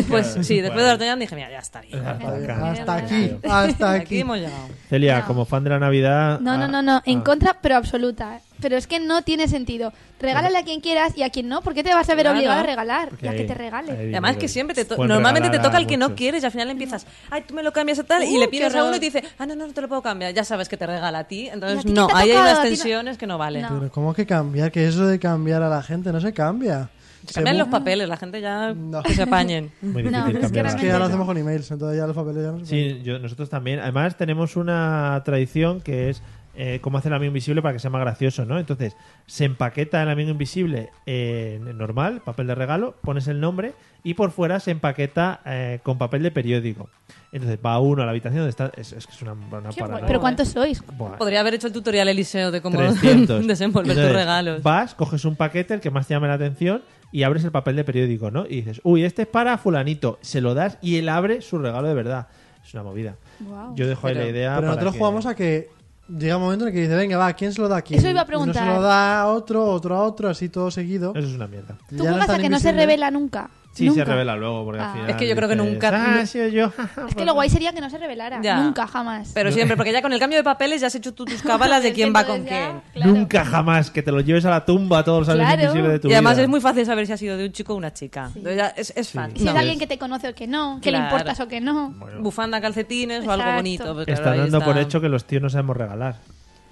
D: Pues sí, después de
A: Bueno.
D: la reunión dije, mira, ya está bien.
A: Hasta acá.
B: Hasta aquí, hasta
D: Aquí
B: aquí.
D: hemos llegado.
A: Celia, como fan de la Navidad...
F: No, no,
A: ah,
F: no, no. En
A: ah.
F: contra, pero absoluta. Pero es que no tiene sentido. Regálale a quien quieras y a quien no. ¿Por qué te vas a ver
D: Claro.
F: obligado a regalar?
A: Porque
F: Y a que
A: hay-
F: te
A: hay
F: regale.
D: Y además
A: dinero
D: que
A: ahí.
D: siempre te to-
A: Pueden
D: normalmente te
A: regalar
D: toca
A: a
D: el que no
A: muchos.
D: quieres y al final empiezas, ay, tú me lo cambias a tal, y le
F: Uh,
D: pides
F: qué
D: a uno y
F: horror.
D: te dice, ah, no, no, no te lo puedo cambiar, ya sabes que te regala a ti,
F: ¿Y a
D: entonces
F: ti quién
D: no,
F: te ha
D: ahí hay
F: tocado?
D: unas
F: ¿A ti no?
D: tensiones que no valen.
F: No.
B: Pero ¿cómo que cambiar? Que eso de cambiar a la gente no se cambia.
D: Se Cambian los
B: Según-
D: papeles, la gente ya
B: No.
D: que se apañen.
A: Muy
F: No,
A: difícil
F: pero es que
A: cambiar.
B: Es que ya lo hacemos con emails, entonces ya los papeles ya no se
A: Sí, yo- nosotros también. Además, tenemos una tradición que es eh, cómo hacer el amigo invisible para que sea más gracioso, ¿no? Entonces, se empaqueta el amigo invisible eh, normal, papel de regalo, pones el nombre y por fuera se empaqueta eh, con papel de periódico. Entonces, va uno a la habitación donde está. Es, es que es una, una parada.
F: Pero ¿cuántos sois?
A: Buah.
D: Podría haber hecho el tutorial Eliseo de cómo
A: 300.
D: desenvolver tus
A: Entonces,
D: regalos.
A: Vas, coges un paquete, el que más te llame la atención, y abres el papel de periódico, ¿no? Y dices, uy, este es para fulanito. Se lo das y él abre su regalo de verdad. Es una movida.
F: Guau.
A: Yo dejo ahí
D: Pero-
A: la idea.
B: Pero
A: para
B: nosotros
A: que-
B: jugamos a que llega un momento en el que dice, venga, va, ¿quién se lo da aquí?
F: Eso iba a preguntar.
B: Uno se lo da a otro, otro a otro, así todo seguido.
A: Eso es una mierda.
B: Ya
F: Tú
B: no
F: juegas
B: están
F: a que no se
B: invisibles.
F: revela nunca.
A: Sí,
F: Nunca.
A: se revela luego, porque al
F: Ah.
A: final.
D: Es que yo creo que
A: dices,
D: nunca-
A: Ah, he sido yo.
F: Es que lo guay sería que no se revelara.
D: Ya.
F: Nunca, jamás.
D: Pero siempre, porque ya con el cambio de papeles ya has hecho tú tus cábalas de quién va con
F: Entonces ya,
D: quién.
F: claro.
A: Nunca jamás que te lo lleves a la tumba a todos los amigos
F: Claro.
A: invisibles de tu
D: Y además
A: vida.
D: es muy fácil saber si ha sido de un chico o una chica. Entonces ya es, es fácil.
F: Si es alguien que te conoce o que no, que le
D: Claro.
F: importas o que no.
D: Bufanda, calcetines o algo
F: Exacto.
D: bonito. pues claro,
A: Está
D: ahí
A: dando por
D: está.
A: hecho que los tíos no sabemos regalar.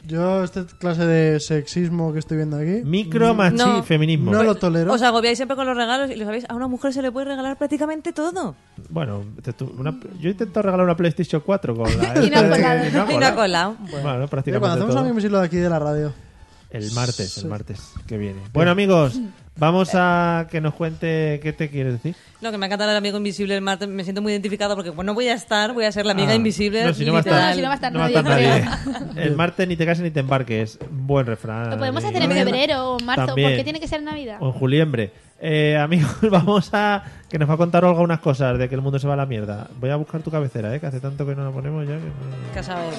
B: Yo, esta clase de sexismo que estoy viendo aquí,
A: Micro, machi,
D: No.
A: feminismo.
B: no lo tolero.
D: Os agobiáis siempre con los regalos y lo sabéis, a una mujer se le puede regalar prácticamente todo.
A: Bueno, te tu- una- yo intento regalar una PlayStation 4 con la.
F: Y no ha colado.
A: Y no ha
D: Y no ha colado. Bueno.
A: Bueno,
B: Tío, cuando
A: prácticamente
B: hacemos
A: todo.
B: algo invisible de aquí de la radio.
A: El martes, el martes que viene. Bueno, amigos, vamos a que nos cuente qué te quieres decir.
D: No, que me ha encantado el amigo invisible el martes. Me siento muy identificado porque bueno, no voy a estar, voy a ser la amiga
A: Ah,
D: invisible.
A: no, si no va a estar-
D: literal.
F: No, si no va a estar
A: no va a
F: nadie,
A: estar nadie. El martes ni te cases ni te embarques. Buen refrán.
F: Lo podemos hacer en
A: También.
F: febrero o en marzo.
A: También.
F: ¿Por qué tiene que ser Navidad?
A: O en juliembre. Eh, amigos, vamos a. Que nos va a contar Olga unas cosas de que el mundo se va a la mierda. Voy a buscar tu cabecera, ¿eh? Que hace tanto que no la ponemos ya. que-
D: Que a saber.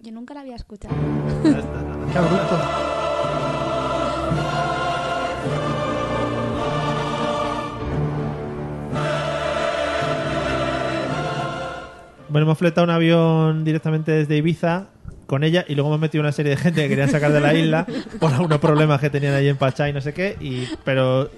F: Yo nunca la había escuchado.
B: Qué abrupto.
A: Bueno, hemos fletado un avión directamente desde Ibiza con ella y luego hemos metido una serie de gente que querían sacar de la isla por algunos problemas que tenían allí en Pachá y no sé qué, y, pero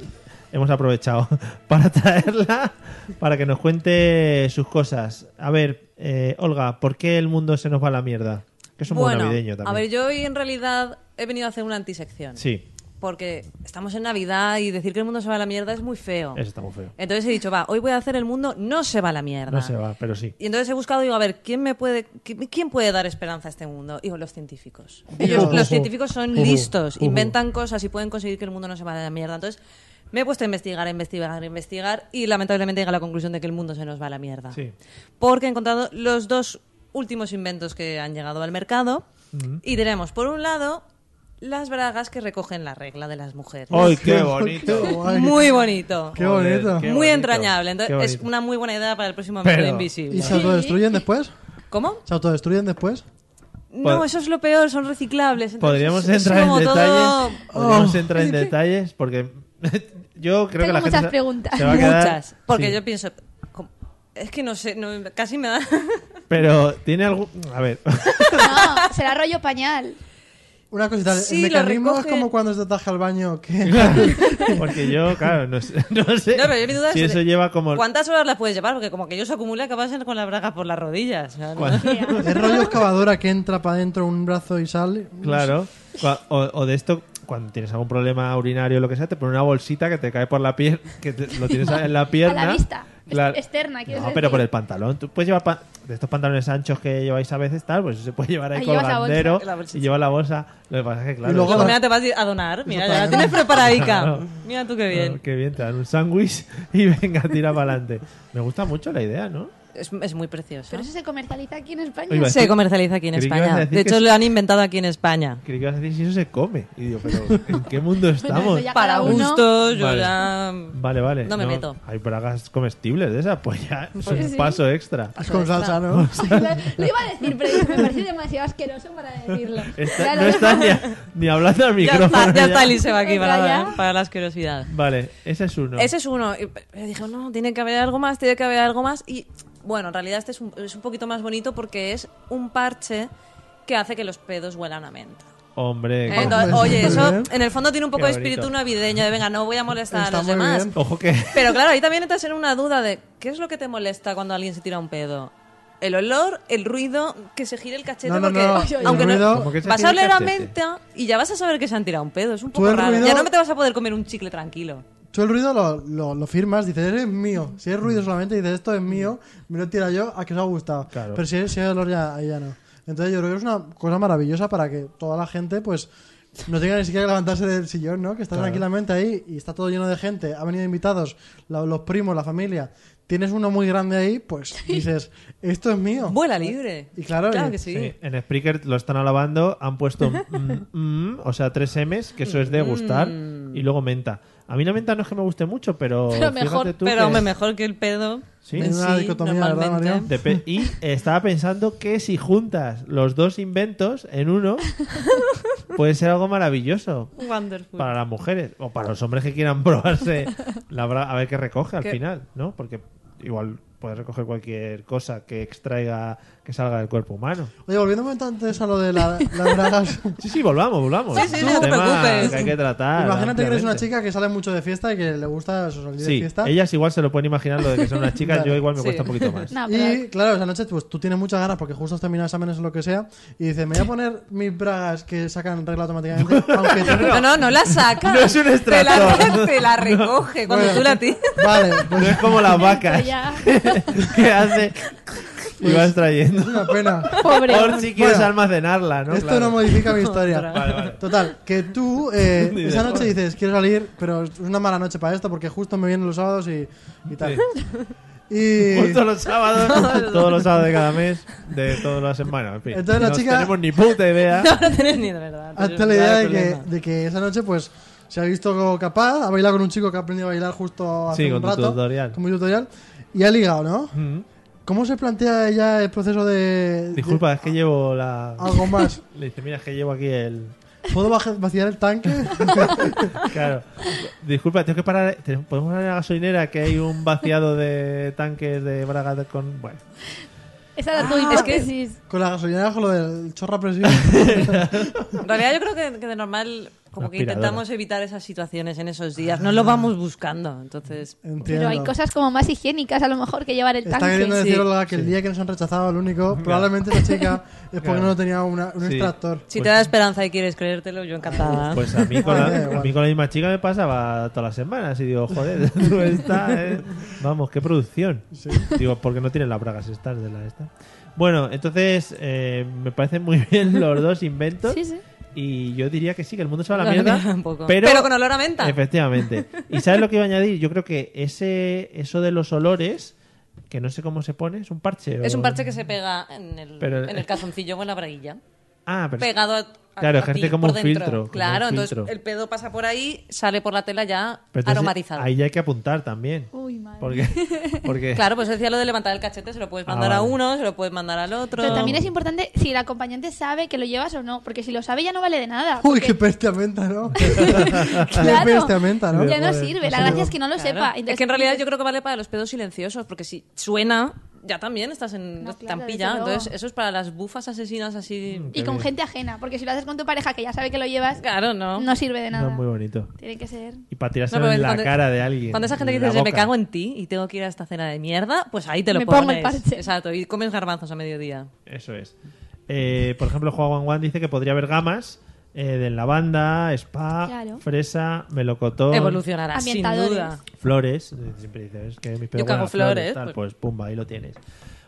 A: hemos aprovechado para traerla para que nos cuente sus cosas. A ver, eh, Olga, ¿por qué el mundo se nos va a la mierda? Que es un buen
D: Bueno,
A: navideño también.
D: a ver, yo hoy en realidad he venido a hacer una antisección.
A: Sí,
D: Porque estamos en Navidad y decir que el mundo se va a la mierda es muy feo.
A: eso está muy feo.
D: Entonces he dicho, va, hoy voy a hacer el mundo no se va a la mierda.
A: No se va, pero sí.
D: Y entonces he buscado, digo, a ver, ¿quién me puede, qui- quién puede dar esperanza a este mundo? Digo, los científicos. Ellos,
B: Ujú.
D: los científicos son
B: Ujú.
D: listos,
B: Ujú.
D: inventan cosas y pueden conseguir que el mundo no se vaya a la mierda. Entonces me he puesto a investigar, a investigar, a investigar y lamentablemente llega a la conclusión de que el mundo se nos va a la mierda.
A: Sí.
D: Porque he encontrado los dos últimos inventos que han llegado al mercado y tenemos, por un lado, las bragas que recogen la regla de las mujeres.
A: ¡Ay, qué
B: Qué
A: bonito!
B: guay.
D: Muy bonito.
B: Qué bonito.
A: Qué
D: muy
A: bonito.
D: entrañable. Entonces,
A: Qué
D: es
A: bonito.
D: una muy buena idea para el próximo
A: Pero-
D: Amigo
B: ¿Y
D: Invisible.
B: se autodestruyen después?
D: ¿Cómo?
B: ¿Se autodestruyen después?
D: No,
A: Pod-
D: eso es lo peor, son reciclables. Entonces,
A: Podríamos
D: es- es
A: entrar en
D: como todo- Oh.
A: detalles. Podríamos entrar en detalles porque yo creo que
F: Tengo
A: la gente
F: muchas
A: se-
F: preguntas.
A: se va a quedar-
D: Muchas. Porque
A: Sí.
D: yo pienso. ¿cómo? Es que no sé, no- casi me da.
A: Pero tiene algún. A ver.
F: No, será rollo pañal.
B: Una cosita,
D: Sí,
B: el
D: lo
B: mecanismo
D: recoge-
B: es como cuando te taja al baño que...
A: Porque yo, claro, no sé. No, sé
D: No, pero yo mi duda
A: si
D: es
A: eso
D: de-
A: lleva como.
D: ¿Cuántas horas las puedes llevar? Porque como que yo se acumula que vas con las bragas por las rodillas. o sea, ¿no?
A: cuan-
B: Es rollo excavadora que entra para adentro un brazo y sale.
A: Claro. Cua- O, o de esto, cuando tienes algún problema urinario o lo que sea, te ponen una bolsita que te cae por la piel. Que te- lo tienes en la pierna.
F: A la vista.
A: Claro.
F: Ex- externa, quiero
A: No,
F: decir.
A: pero por el pantalón. Tú puedes llevar pa- de estos pantalones anchos que lleváis a veces, tal, pues se puede llevar ahí
F: Ahí llevas la
A: colgandero
D: bolsa. La bolsita.
A: y lleva la bolsa. Lo que pasa es que, claro.
B: Y luego
D: Luego,
B: la-
D: mira, te vas a donar. Mira, ya
B: para-
D: la tienes preparadica.
A: Claro.
D: Mira tú qué
A: Ah,
D: bien.
A: qué bien, te dan un sándwich y venga, tira para adelante. Me gusta mucho la idea, ¿no?
D: Es, es muy precioso.
F: Pero eso se comercializa aquí en España.
A: Oye, va-
D: Se comercializa aquí en
A: Creí que ibas a
D: España.
A: decir
D: De
A: que
D: hecho,
A: es-
D: lo han inventado aquí en España.
A: Creí que ibas a decir si eso se come. Y digo, pero ¿en qué mundo estamos?
F: ya-
D: Para
F: Cada uno-
D: gustos, yo
A: Vale.
D: ya.
A: Vale, vale.
D: No me meto.
A: Hay bragas comestibles de esas, pues ya es un
F: sí.
A: paso extra.
B: Con salsa, ¿no?
F: Lo iba a decir, pero dije, me parece demasiado asqueroso para decirlo.
A: Está-
F: Ya lo
A: no
F: dejo.
A: estás ni, a- ni hablando al
D: Ya
A: micrófono.
D: está, ya
A: ya.
D: está Eliseo aquí
F: Venga,
D: para,
F: ya.
D: para la asquerosidad.
A: Vale, ese es uno.
D: Ese es uno. Y pe- pero dije, no, tiene que haber algo más, tiene que haber algo más. Y bueno, en realidad este es un, es un poquito más bonito porque es un parche que hace que los pedos huelan a menta.
A: Hombre, que-
D: Entonces,
B: Hombre,
D: oye,
B: Ah, muy
D: eso
B: bien.
D: en el fondo tiene un poco
A: Qué
D: de
A: bonito.
D: espíritu navideño de venga, no voy a molestar
B: Está
D: a los
B: muy
D: demás.
B: bien.
A: ojo que.
D: Pero claro, ahí también entras en una duda de ¿qué es lo que te molesta cuando alguien se tira un pedo? el olor, el ruido, que se gire el cachete.
B: No, no,
D: porque,
B: no,
F: el
D: aunque
B: ruido-
D: no
B: Como
G: que se
D: vas
G: gire
D: a
G: el
D: oler a
G: cachete.
D: menta y ya vas a saber que se han tirado un pedo. Es un
B: Tú
D: poco
B: el
D: raro.
B: ruido-
D: Ya no me te vas a poder comer un chicle tranquilo.
B: Tú el ruido lo, lo- lo firmas, dices, es mío. Si es
A: Mm.
B: ruido solamente, dices, esto es mío, me lo tira yo, a que os ha gustado.
A: Claro.
B: Pero si es, si es olor, ya, ahí ya no. Entonces yo creo que es una cosa maravillosa para que toda la gente, pues, no tenga ni siquiera que levantarse del sillón, ¿no? Que está tranquilamente ahí y está todo lleno de gente, ha venido invitados, la- los primos, la familia. Tienes uno muy grande ahí, pues dices, esto es mío.
D: Vuela libre.
B: Y claro, y-
D: que sí.
A: Sí, en Spreaker lo están alabando, han puesto mm, mm, o sea, tres M's, que eso es de gustar, y luego menta. A mí la menta no es que me guste mucho, pero,
F: Pero
A: fíjate
F: mejor,
A: tú
D: Pero
A: que-
D: hombre, mejor que el pedo.
A: Sí.
D: en
B: Es una dicotomía, ¿verdad,
D: normalmente.
B: Mario?
A: Depe- y estaba pensando que si juntas los dos inventos en uno, puede ser algo maravilloso
D: Wonderful.
A: para las mujeres o para los hombres que quieran probarse la bra- a ver qué recoge al
D: ¿Qué?
A: final, ¿no? Porque igual puedes recoger cualquier cosa que extraiga, que salga del cuerpo humano.
B: Oye, volviendo un momento antes a lo de la- las bragas.
A: Sí, sí, volvamos, volvamos.
D: Sí, sí,
A: Es
D: no
A: un
D: te
A: tema
D: preocupes.
A: que hay que tratar.
B: Imagínate que eres una
A: ampliamente.
B: chica que sale mucho de fiesta y que le gusta su salir de
A: Sí,
B: fiesta.
A: ellas igual se lo pueden imaginar lo de que son unas chicas,
B: Vale.
A: yo igual me
D: Sí.
A: cuesta un poquito más.
F: No, pero-
B: Y claro, esa noche pues, tú tienes muchas ganas porque justo has terminado exámenes o lo que sea y dices, me voy a poner mis bragas que sacan regla automáticamente. aunque
D: No, no, no la saca.
A: No es un
D: te la,
A: extractor.
D: te la recoge cuando
B: Bueno.
D: tú la tienes.
B: Vale,
A: No
B: pues
A: es como las
F: Pero
A: vacas
F: ya,
A: que hace y vas trayendo.
B: es una pena.
F: pobre.
A: Por si quieres
B: Bueno,
A: almacenarla, ¿no?
B: Esto
A: Claro.
B: no modifica mi historia.
A: Vale, vale.
B: Total, que tú eh,
A: Ni de
B: esa noche
A: joder.
B: dices, quiero salir, pero es una mala noche para esto porque justo me vienen los sábados y, y tal. Y...
A: Justo los sábados, todos los sábados de cada mes, de todas las semanas, en fin.
B: Entonces la
A: no
B: chica-
A: tenemos ni puta idea.
D: No la tienes ni de verdad.
B: Hazte la idea de que, de que esa noche, pues, se ha visto capaz, ha bailado con un chico que ha aprendido a bailar justo hace
A: Sí,
B: un
A: con tu
B: rato.
A: tutorial.
B: Con mi tutorial. Y ha ligado, ¿no?
A: Mm.
B: ¿Cómo se plantea ya el proceso de.
A: Disculpa,
B: de-
A: es que llevo la...
B: algo más.
A: Le dice, mira, es que llevo aquí el...
B: ¿Puedo baj- vaciar el tanque?
A: Claro. Disculpa, tengo que parar... ¿Tenemos- ¿Podemos ir a la gasolinera que hay un vaciado de tanques de bragas de- con... Bueno.
F: Esa era tu
D: es que-
F: hipótesis.
B: con la gasolina con lo del chorro a presión.
D: En realidad yo creo que, que de normal como que
A: Aspiradora.
D: intentamos evitar esas situaciones en esos días. No lo vamos buscando, entonces...
B: Entiendo.
F: Pero hay cosas como más higiénicas a lo mejor que llevar el
B: Está
F: tanque.
B: queriendo
F: Sí.
B: decir Olga que el día que nos han rechazado al único, probablemente esa chica es porque
A: Claro.
B: no tenía una- un
A: Sí.
B: extractor.
D: Si
A: Pues-
D: te da esperanza y quieres creértelo, yo encantada.
A: Pues a mí, con la,
B: Vale,
A: a
B: igual.
A: mí con la misma chica me pasaba todas las semanas y digo, joder, tú esta, eh, vamos, qué producción. Digo, porque no tienen las bragas estas de la esta. Bueno, entonces eh, me parecen muy bien los dos inventos
F: Sí, sí.
A: y yo diría que sí, que el mundo se va a la
D: No,
A: mierda.
D: no, tampoco.
A: Pero,
D: Pero con olor a menta.
A: Efectivamente. ¿Y sabes lo que iba a añadir? Yo creo que ese eso de los olores, que no sé cómo se pone, es un parche. o-
D: Es un parche que se pega en el,
A: Pero-
D: en el calzoncillo o en la braguilla.
A: Ah, pero
D: Pegado a, a-
A: Claro,
D: a
A: ejerce
D: ti
A: como
D: por
A: un
D: dentro.
A: filtro, como
D: Claro,
A: un
D: entonces
A: filtro.
D: el pedo pasa por ahí, sale por la tela ya
A: pero entonces
D: aromatizado.
A: Ahí ya hay que apuntar también.
F: Uy, madre.
A: Porque, porque
D: Claro, pues decía lo de levantar el cachete, se lo puedes
A: Ah,
D: mandar a
A: vale.
D: uno, se lo puedes mandar al otro.
F: Pero también es importante si el acompañante sabe que lo llevas o no, porque si lo sabe ya no vale de nada.
B: Uy,
F: porque-
B: qué peste a menta, ¿no?
F: Claro.
B: Qué peste a menta, ¿no?
F: Ya no sirve, la gracia es que no lo
D: Claro.
F: sepa.
D: es
F: Entonces,
D: que en realidad yo creo que vale para los pedos silenciosos, porque si suena, ya también estás en
F: No, claro,
D: tampilla.
F: desde luego.
D: Entonces, eso es para las bufas asesinas así.
A: Mm.
F: Y con gente ajena, porque si lo haces con tu pareja que ya sabe que lo llevas,
D: Claro, Eh, no.
F: no sirve de
A: No,
F: nada.
A: muy bonito.
F: Tiene que ser.
A: Y para tirarse
D: No, pero
A: en la
D: cuando-
A: cara de alguien.
D: Cuando esa gente que
A: en la
D: dice, "Se me
A: boca".
D: cago en ti y tengo que ir a esta cena de mierda, pues ahí te lo
F: Me
D: pones.
F: pongo el parche.
D: Exacto, y comes garbanzos a mediodía.
A: Eso es. Eh, por ejemplo, Juan Juan Juan dice que podría haber gamas eh, de lavanda, spa,
F: Claro.
A: fresa, melocotón,
D: Evolucionará, sin
F: Ambientadores.
D: duda.
A: flores. Eh, Siempre dices que mis
D: Yo cago flores,
A: tal,
D: pues-
A: Pues pumba, ahí lo tienes.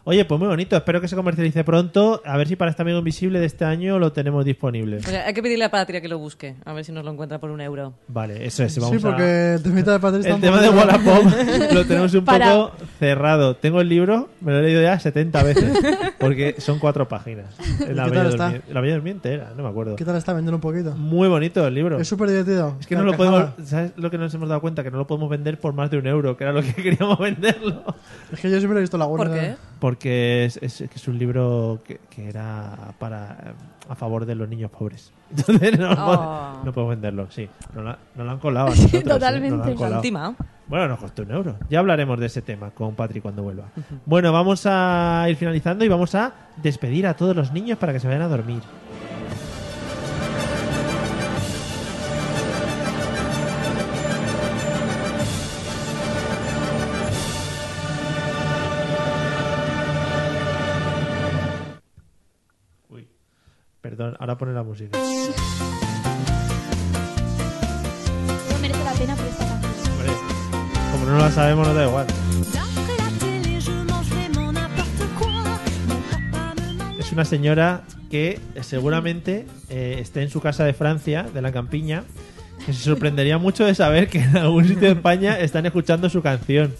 A: Oye, pues muy bonito. Espero que se comercialice pronto. A ver si para este amigo invisible de este año lo tenemos disponible.
D: O sea, hay que pedirle a Patria que lo busque, a ver si nos lo encuentra por un euro.
A: Vale, eso es.
B: Sí,
A: Vamos a-
B: porque el temita de Patrick está
A: El
B: un
A: tema de
B: poco-
A: Wallapop lo tenemos un
F: Para.
A: poco cerrado. Tengo el libro, me lo he leído ya 70 veces, porque son cuatro páginas. La Bella
B: qué tal está?
A: Durmi- la Bella Durmiente era, no me acuerdo.
B: ¿Qué tal está? Vender un poquito.
A: Muy bonito el libro.
B: Es súper divertido.
A: Es que no lo podemos, ¿sabes lo que nos hemos dado cuenta? Que no lo podemos vender por más de un euro, que era lo que queríamos venderlo.
B: Es que yo siempre he visto la
D: ¿Por
B: buena.
D: qué?
A: Porque es, es, que es un libro que, que era para eh, a favor de los niños pobres. Entonces no,
B: Ah.
D: Oh.
A: no podemos venderlo, sí. Nos lo han colado. a nosotros, ¿eh? Nos la han
F: totalmente.
A: colado.
D: Encima,
A: Bueno, nos costó un euro. Ya hablaremos de ese tema con Patri cuando vuelva. Bueno, vamos a ir finalizando y vamos a despedir a todos los niños para que se vayan a dormir. perdón, ahora pone la música.
F: No merece la pena pues, por esta canción.
A: Hombre, como no la sabemos, no da igual. Es una señora que seguramente eh, esté en su casa de Francia, de la campiña, que se sorprendería mucho de saber que en algún sitio de España están escuchando su canción.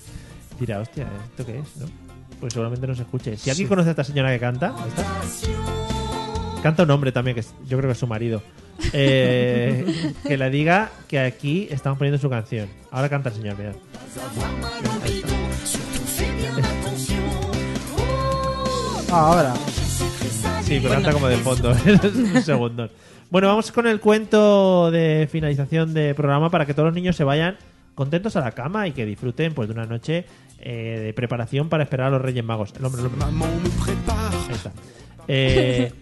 A: Dirá, hostia, ¿esto qué es? ¿No? Pues seguramente no se escuche. Si alguien conoce a esta señora que canta, ahí está. canta un hombre también, que es- yo creo que es su marido, eh, que le diga que aquí estamos poniendo su canción. Ahora canta el señor, mirad.
B: Ahora.
A: Sí, pero canta como de fondo. un segundo. Bueno, vamos con el cuento de finalización de programa para que todos los niños se vayan contentos a la cama y que disfruten pues de una noche eh, de preparación para esperar a los Reyes Magos. El hombre, el hombre. Ahí está. Eh,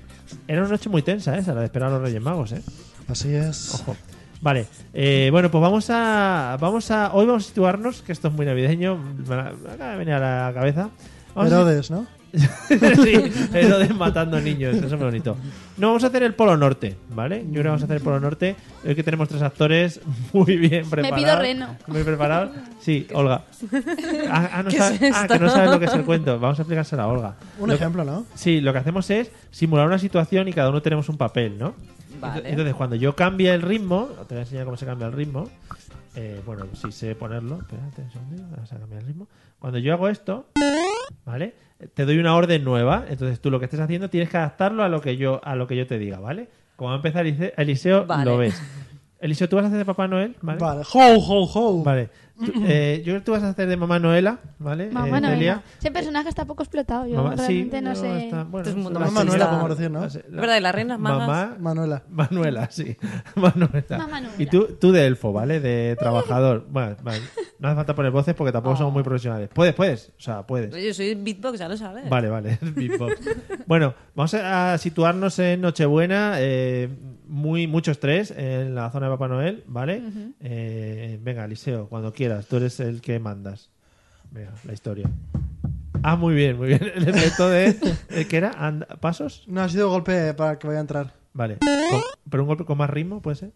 A: era una noche muy tensa esa, la de esperar a los Reyes Magos, ¿eh?
B: Así es.
A: Ojo. Vale, eh, bueno, pues vamos a, vamos a. Hoy vamos a situarnos, que esto es muy navideño, me la- me acaba de venir a la cabeza. Vamos a-
B: Herodes, ¿no?
A: sí, eso de matando niños, eso es muy bonito. No, vamos a hacer el Polo Norte, ¿vale? Yo creo que vamos a hacer el Polo Norte. Hoy que tenemos tres actores muy bien preparados.
F: pido reno.
A: Muy preparados. Sí, Olga. Ah, ah, no
D: ¿Qué
A: sabe-
D: es esto?
A: ah, que no sabes lo que es el cuento. Vamos a explicárselo a Olga.
B: Un
A: Lo-
B: ejemplo, ¿no?
A: Sí, lo que hacemos es simular una situación y cada uno tenemos un papel, ¿no?
D: Vale.
A: Entonces, cuando yo cambie el ritmo, te voy a enseñar cómo se cambia el ritmo. Eh, bueno, si sé ponerlo, espérate un segundo, vamos a cambiar el ritmo. Cuando yo hago esto, ¿vale? Te doy una orden nueva, entonces tú lo que estés haciendo tienes que adaptarlo a lo que yo, a lo que yo te diga, ¿vale? Como va a empezar Elise- Eliseo,
D: Vale.
A: lo ves. Eliseo, tú vas a hacer de Papá Noel, ¿vale?
B: Vale. Ho, ho, ho.
A: Vale. Tú- eh, yo creo que tú vas a hacer de Mamá Noela, ¿vale?
F: Mamá
A: Eh,
F: Noela.
A: Delia.
F: Ese personaje está poco explotado. Yo
A: Mamá- sí,
F: realmente no
A: no,
F: sé.
A: está- bueno,
D: Esto es un mundo
A: la
D: más
A: señora-
D: Manuela,
B: podemos decir, ¿no?
A: la se- la-
D: ¿Verdad? Y las reinas magas.
A: Mamá,
B: Manuela.
A: Manuela, sí. Manuela.
F: Mamá Manuela.
A: Y tú, tú de elfo, ¿vale? De trabajador. Bueno, vale. no hace falta poner voces porque tampoco somos muy profesionales. Puedes, puedes. O sea, puedes.
D: Yo soy beatbox, ya lo sabes.
A: Vale, vale. Beatbox. bueno, vamos a a situarnos en Nochebuena. eh, muy, mucho estrés en la zona de Papá Noel, ¿vale? Eh, venga, Eliseo, cuando quieras. Tú eres el que mandas. Venga, la historia. Ah, muy bien, muy bien. El efecto de... ¿de ¿Qué era? And- ¿Pasos?
B: No, ha sido golpe para que vaya a entrar.
A: Vale. Con- ¿Pero un golpe con más ritmo puede ser?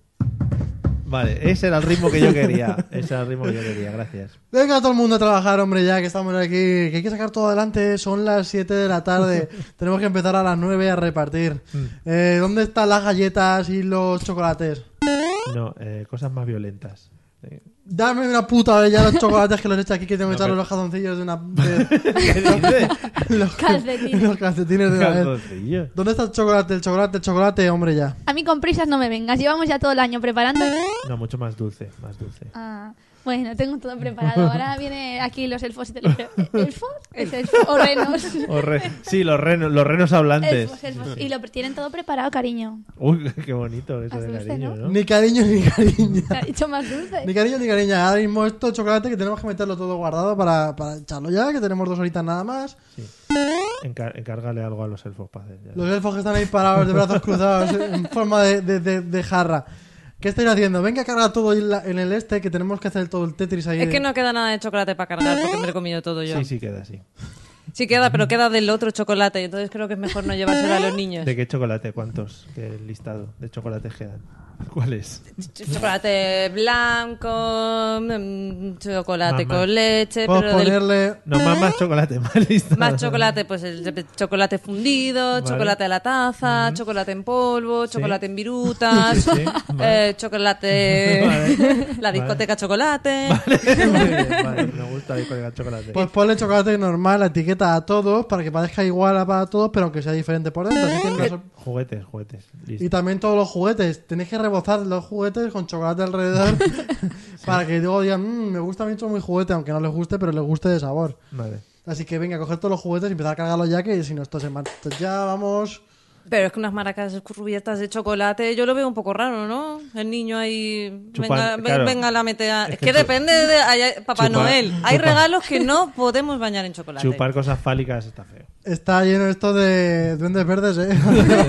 A: Vale, ese era el ritmo que yo quería. Ese era el ritmo que yo quería, gracias.
B: Venga todo el mundo a trabajar, hombre, ya que estamos aquí, que hay que sacar todo adelante, son las 7 de la tarde, tenemos que empezar a las 9 a repartir.
A: Mm.
B: Eh, ¿Dónde están las galletas y los chocolates?
A: No, eh, cosas más violentas. Eh,
B: Dame una puta vez ya los chocolates que los he hecho aquí, que tengo
A: No,
B: que echar
A: pero-
B: los calzoncillos de una... de-
A: ¿Qué dices?
B: los,
F: Calcetines.
B: los calcetines de una vez.
A: Calzoncillo.
B: ¿Dónde está el chocolate, el chocolate, el chocolate, hombre, ya?
F: A mí con prisas no me vengas. Llevamos ya todo el año preparando.
A: No, mucho más dulce, más dulce.
F: Ah, bueno, tengo todo preparado. Ahora viene aquí los elfos y te lo digo. ¿Elfos? Es elfo. O renos.
A: O re- Sí, los renos, los renos hablantes.
F: Elfos, elfos. Y lo tienen todo preparado, cariño.
A: Uy, qué bonito eso
F: Más
A: de
F: dulce,
A: cariño, ¿no?
B: Ni cariño, ni cariño.
F: Te ha dicho más dulce.
B: Ni cariño ni cariño. Ahora mismo esto chocolate que tenemos que meterlo todo guardado para, para echarlo ya, que tenemos dos horitas nada más.
A: Encar- encárgale algo a los elfos para hacer. ya.
B: Los elfos que están ahí parados de brazos cruzados en forma de, de- de- de jarra. ¿Qué estáis haciendo? Venga, carga todo en, la- en el este que tenemos que hacer todo el Tetris ahí.
D: Es que no queda nada de chocolate para cargar porque me lo he comido todo yo.
A: Sí,
D: Sí,
A: sí, queda así.
D: queda, pero queda del otro chocolate. Entonces creo que es mejor no llevárselo a los niños.
A: ¿De qué chocolate? ¿Cuántos? ¿Qué listado de chocolates quedan? ¿Cuál es?
D: Ch- Chocolate blanco, mm, chocolate
A: Mamá.
D: con leche,
B: Podemos
D: pero del
B: Pues ponerle...
A: No, más, más chocolate, más listado.
D: Más chocolate, pues el de- chocolate fundido,
A: Vale.
D: chocolate a la taza, chocolate en polvo, chocolate en virutas,
A: Sí, sí, vale.
D: eh, chocolate.
A: Vale.
D: La discoteca chocolate.
A: Muy bien, vale, me gusta ahí con el chocolate.
B: Pues ponle chocolate normal, la etiqueta a todos, para que parezca igual a para todos, pero que sea diferente por dentro. Así que no se-
F: pues,
A: Juguetes, juguetes. Listo.
B: Y también todos los juguetes. Tenéis que rebozar los juguetes con chocolate alrededor para que luego digan, "Mm, me gusta mucho mi juguete, aunque no les guste, pero les guste de sabor.
A: Vale.
B: Así que venga, coger todos los juguetes y empezar a cargarlos ya, que si no, esto se marcha. Ya, vamos.
D: Pero es que unas maracas cubiertas de chocolate, yo lo veo un poco raro, ¿no? El niño ahí.
A: Chupan-
D: venga, ven-
A: claro.
D: venga, la mete a.
A: Es
D: Es,
A: que
D: que,
A: chu-
D: depende de. hay- hay- Papá
A: Chupar-
D: Noel. Hay
A: chupar.
D: regalos que no podemos bañar en chocolate.
A: Chupar cosas fálicas está feo.
B: Está lleno esto de duendes verdes, ¿eh?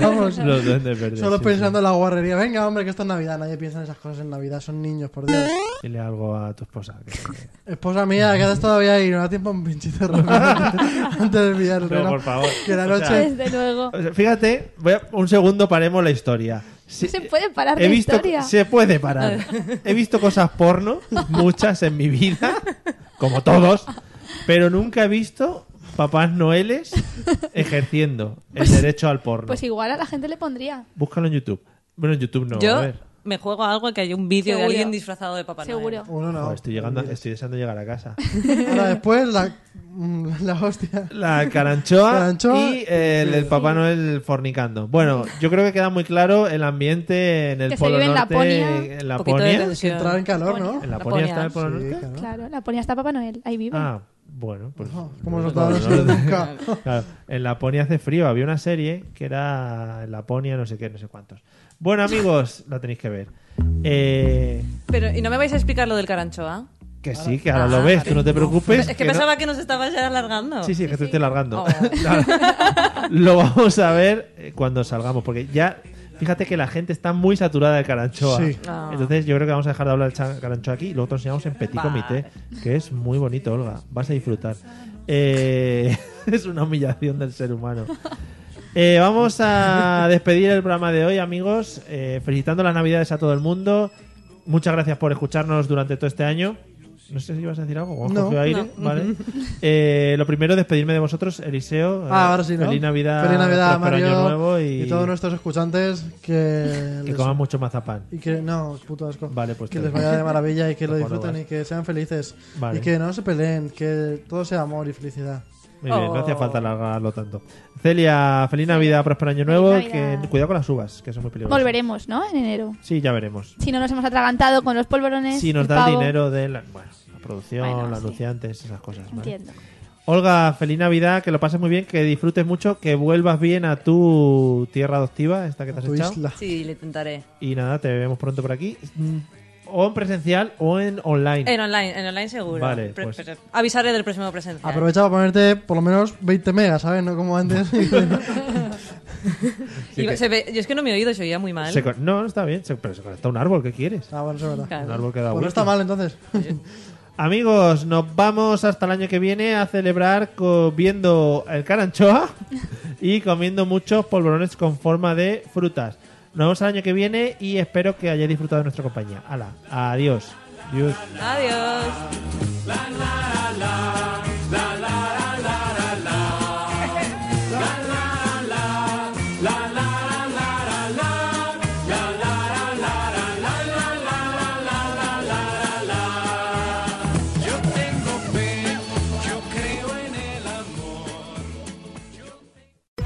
B: Vamos.
A: Los duendes verdes.
B: Solo
A: sí,
B: pensando en la guarrería. Venga, hombre, que esto es Navidad. Nadie piensa en esas cosas en Navidad. Son niños, por Dios.
A: sí. Dile algo a tu esposa. que- que-
B: Esposa mía, quedas todavía ahí. No da tiempo a un pinchito rápido antes de pillar el
A: No,
B: reloj.
A: por favor.
B: Que la
A: O sea,
B: noche...
F: Desde luego.
A: O sea, fíjate, voy a- un segundo paremos la historia. Sí,
F: No se puede parar
A: he
F: la
A: visto,
F: historia.
A: Se puede parar. He visto cosas porno, muchas en mi vida, como todos, pero nunca he visto papás noeles ejerciendo el derecho al porno.
F: Pues igual a la gente le pondría.
A: Búscalo en YouTube. Bueno, en YouTube no, a
D: Yo
A: ver.
D: me juego a algo que hay un vídeo de
F: Seguro.
D: alguien disfrazado de Papá
F: Seguro.
D: Noel.
B: Uno no.
A: Joder, estoy, llegando, estoy deseando llegar a casa.
B: Ahora después la, mm, la hostia.
A: La caranchoa,
B: Caranchoa.
A: y eh, el, el Papá Noel fornicando. Bueno, yo creo que queda muy claro el ambiente en el
F: Que se
A: Polo
F: vive en
A: Norte, en
F: Laponia.
D: Un poquito de
A: Laponia.
D: tensión.
B: Entrar en calor, ¿no?
A: En Laponia está el
D: Laponia.
A: Polo
B: Sí,
A: Norte.
B: claro.
F: Claro, la ponía hasta Papá Noel. Ahí vive.
A: Ah, bueno, pues.
B: Como los
A: no,
B: dados
A: no, no,
B: nunca.
A: Claro, en Laponia hace frío. Había una serie que era en Laponia, no sé qué, no sé cuántos. Bueno, amigos, la tenéis que ver. Eh,
D: Pero, ¿y no me vais a explicar lo del caranchoa?
A: que sí, que ahora lo ves, tú no te preocupes.
D: Es que,
A: no-
D: pensaba que nos estabas ya alargando.
A: Sí, sí, es que te estoy largando.
D: Oh.
A: Claro. Lo vamos a ver eh, cuando salgamos, porque ya fíjate que la gente está muy saturada de caranchoa.
B: Sí.
D: Ah.
A: Entonces yo creo que vamos a dejar de hablar del cha- caranchoa aquí y luego te enseñamos en Petit
D: Vale.
A: Comité, que es muy bonito, Olga. Vas a disfrutar. Eh, es una humillación del ser humano. Eh, vamos a despedir el programa de hoy, amigos. Eh, felicitando las Navidades a todo el mundo. Muchas gracias por escucharnos durante todo este año. No sé si ibas a decir algo. Juan
B: No.
A: Jorge Aire, ¿vale? Eh, lo primero, despedirme de vosotros, Eliseo. eh,
B: Ah, ahora sí, ¿no?
A: Feliz Navidad.
B: Feliz Navidad,
A: próspero
B: Mario.
A: Año nuevo y,
B: todos nuestros escuchantes que...
A: que
B: les-
A: coman mucho mazapán.
B: Y que no, puto asco.
A: Vale, pues
B: que
A: te-
B: les vaya de maravilla y que lo
A: Ojo, no
B: disfruten
A: vas.
B: y que sean felices.
A: Vale.
B: Y que no se peleen, que todo sea amor y felicidad.
A: Muy bien, no hacía
D: Oh.
A: falta alargarlo tanto. Celia, feliz Navidad, próspero año nuevo.
F: Feliz
A: Que,
F: Navidad.
A: cuidado con las uvas, que son muy peligrosas.
F: Volveremos, ¿no? En enero.
A: Sí, ya veremos.
F: Si no nos hemos atragantado con los polvorones.
A: Si nos
F: el
A: da el
F: pavo.
A: dinero de la, bueno, la producción,
F: Bueno,
A: los
F: sí.
A: anunciantes, esas cosas. ¿vale?
F: Entiendo.
A: Olga, feliz Navidad, que lo pases muy bien, que disfrutes mucho, que vuelvas bien a tu tierra adoptiva, esta que te has
B: Tu
A: echado.
B: isla.
D: Sí, le intentaré.
A: Y nada, te vemos pronto por aquí. Mm, O en presencial o en online.
D: En online, en online seguro.
A: Vale,
D: Pre-
A: pues.
D: pre- avisaré del próximo presencial.
B: Aprovecha para ponerte por lo menos 20 megas, ¿sabes? No como antes.
A: Sí
D: Y
A: que-
D: se ve- yo es que no me he oído, se oía muy mal.
A: Se con- no, no está bien, se- pero se conecta a un árbol, ¿qué quieres?
B: ah, bueno, eso es verdad.
D: Claro.
A: Un árbol que da
B: Pues no
A: vueltas.
B: está mal entonces.
A: Amigos, nos vamos hasta el año que viene a celebrar co- viendo el caranchoa y comiendo muchos polvorones con forma de frutas. Nos vemos el año que viene y espero que hayáis disfrutado de nuestra compañía. Hala, adiós. Adiós.
D: Adiós.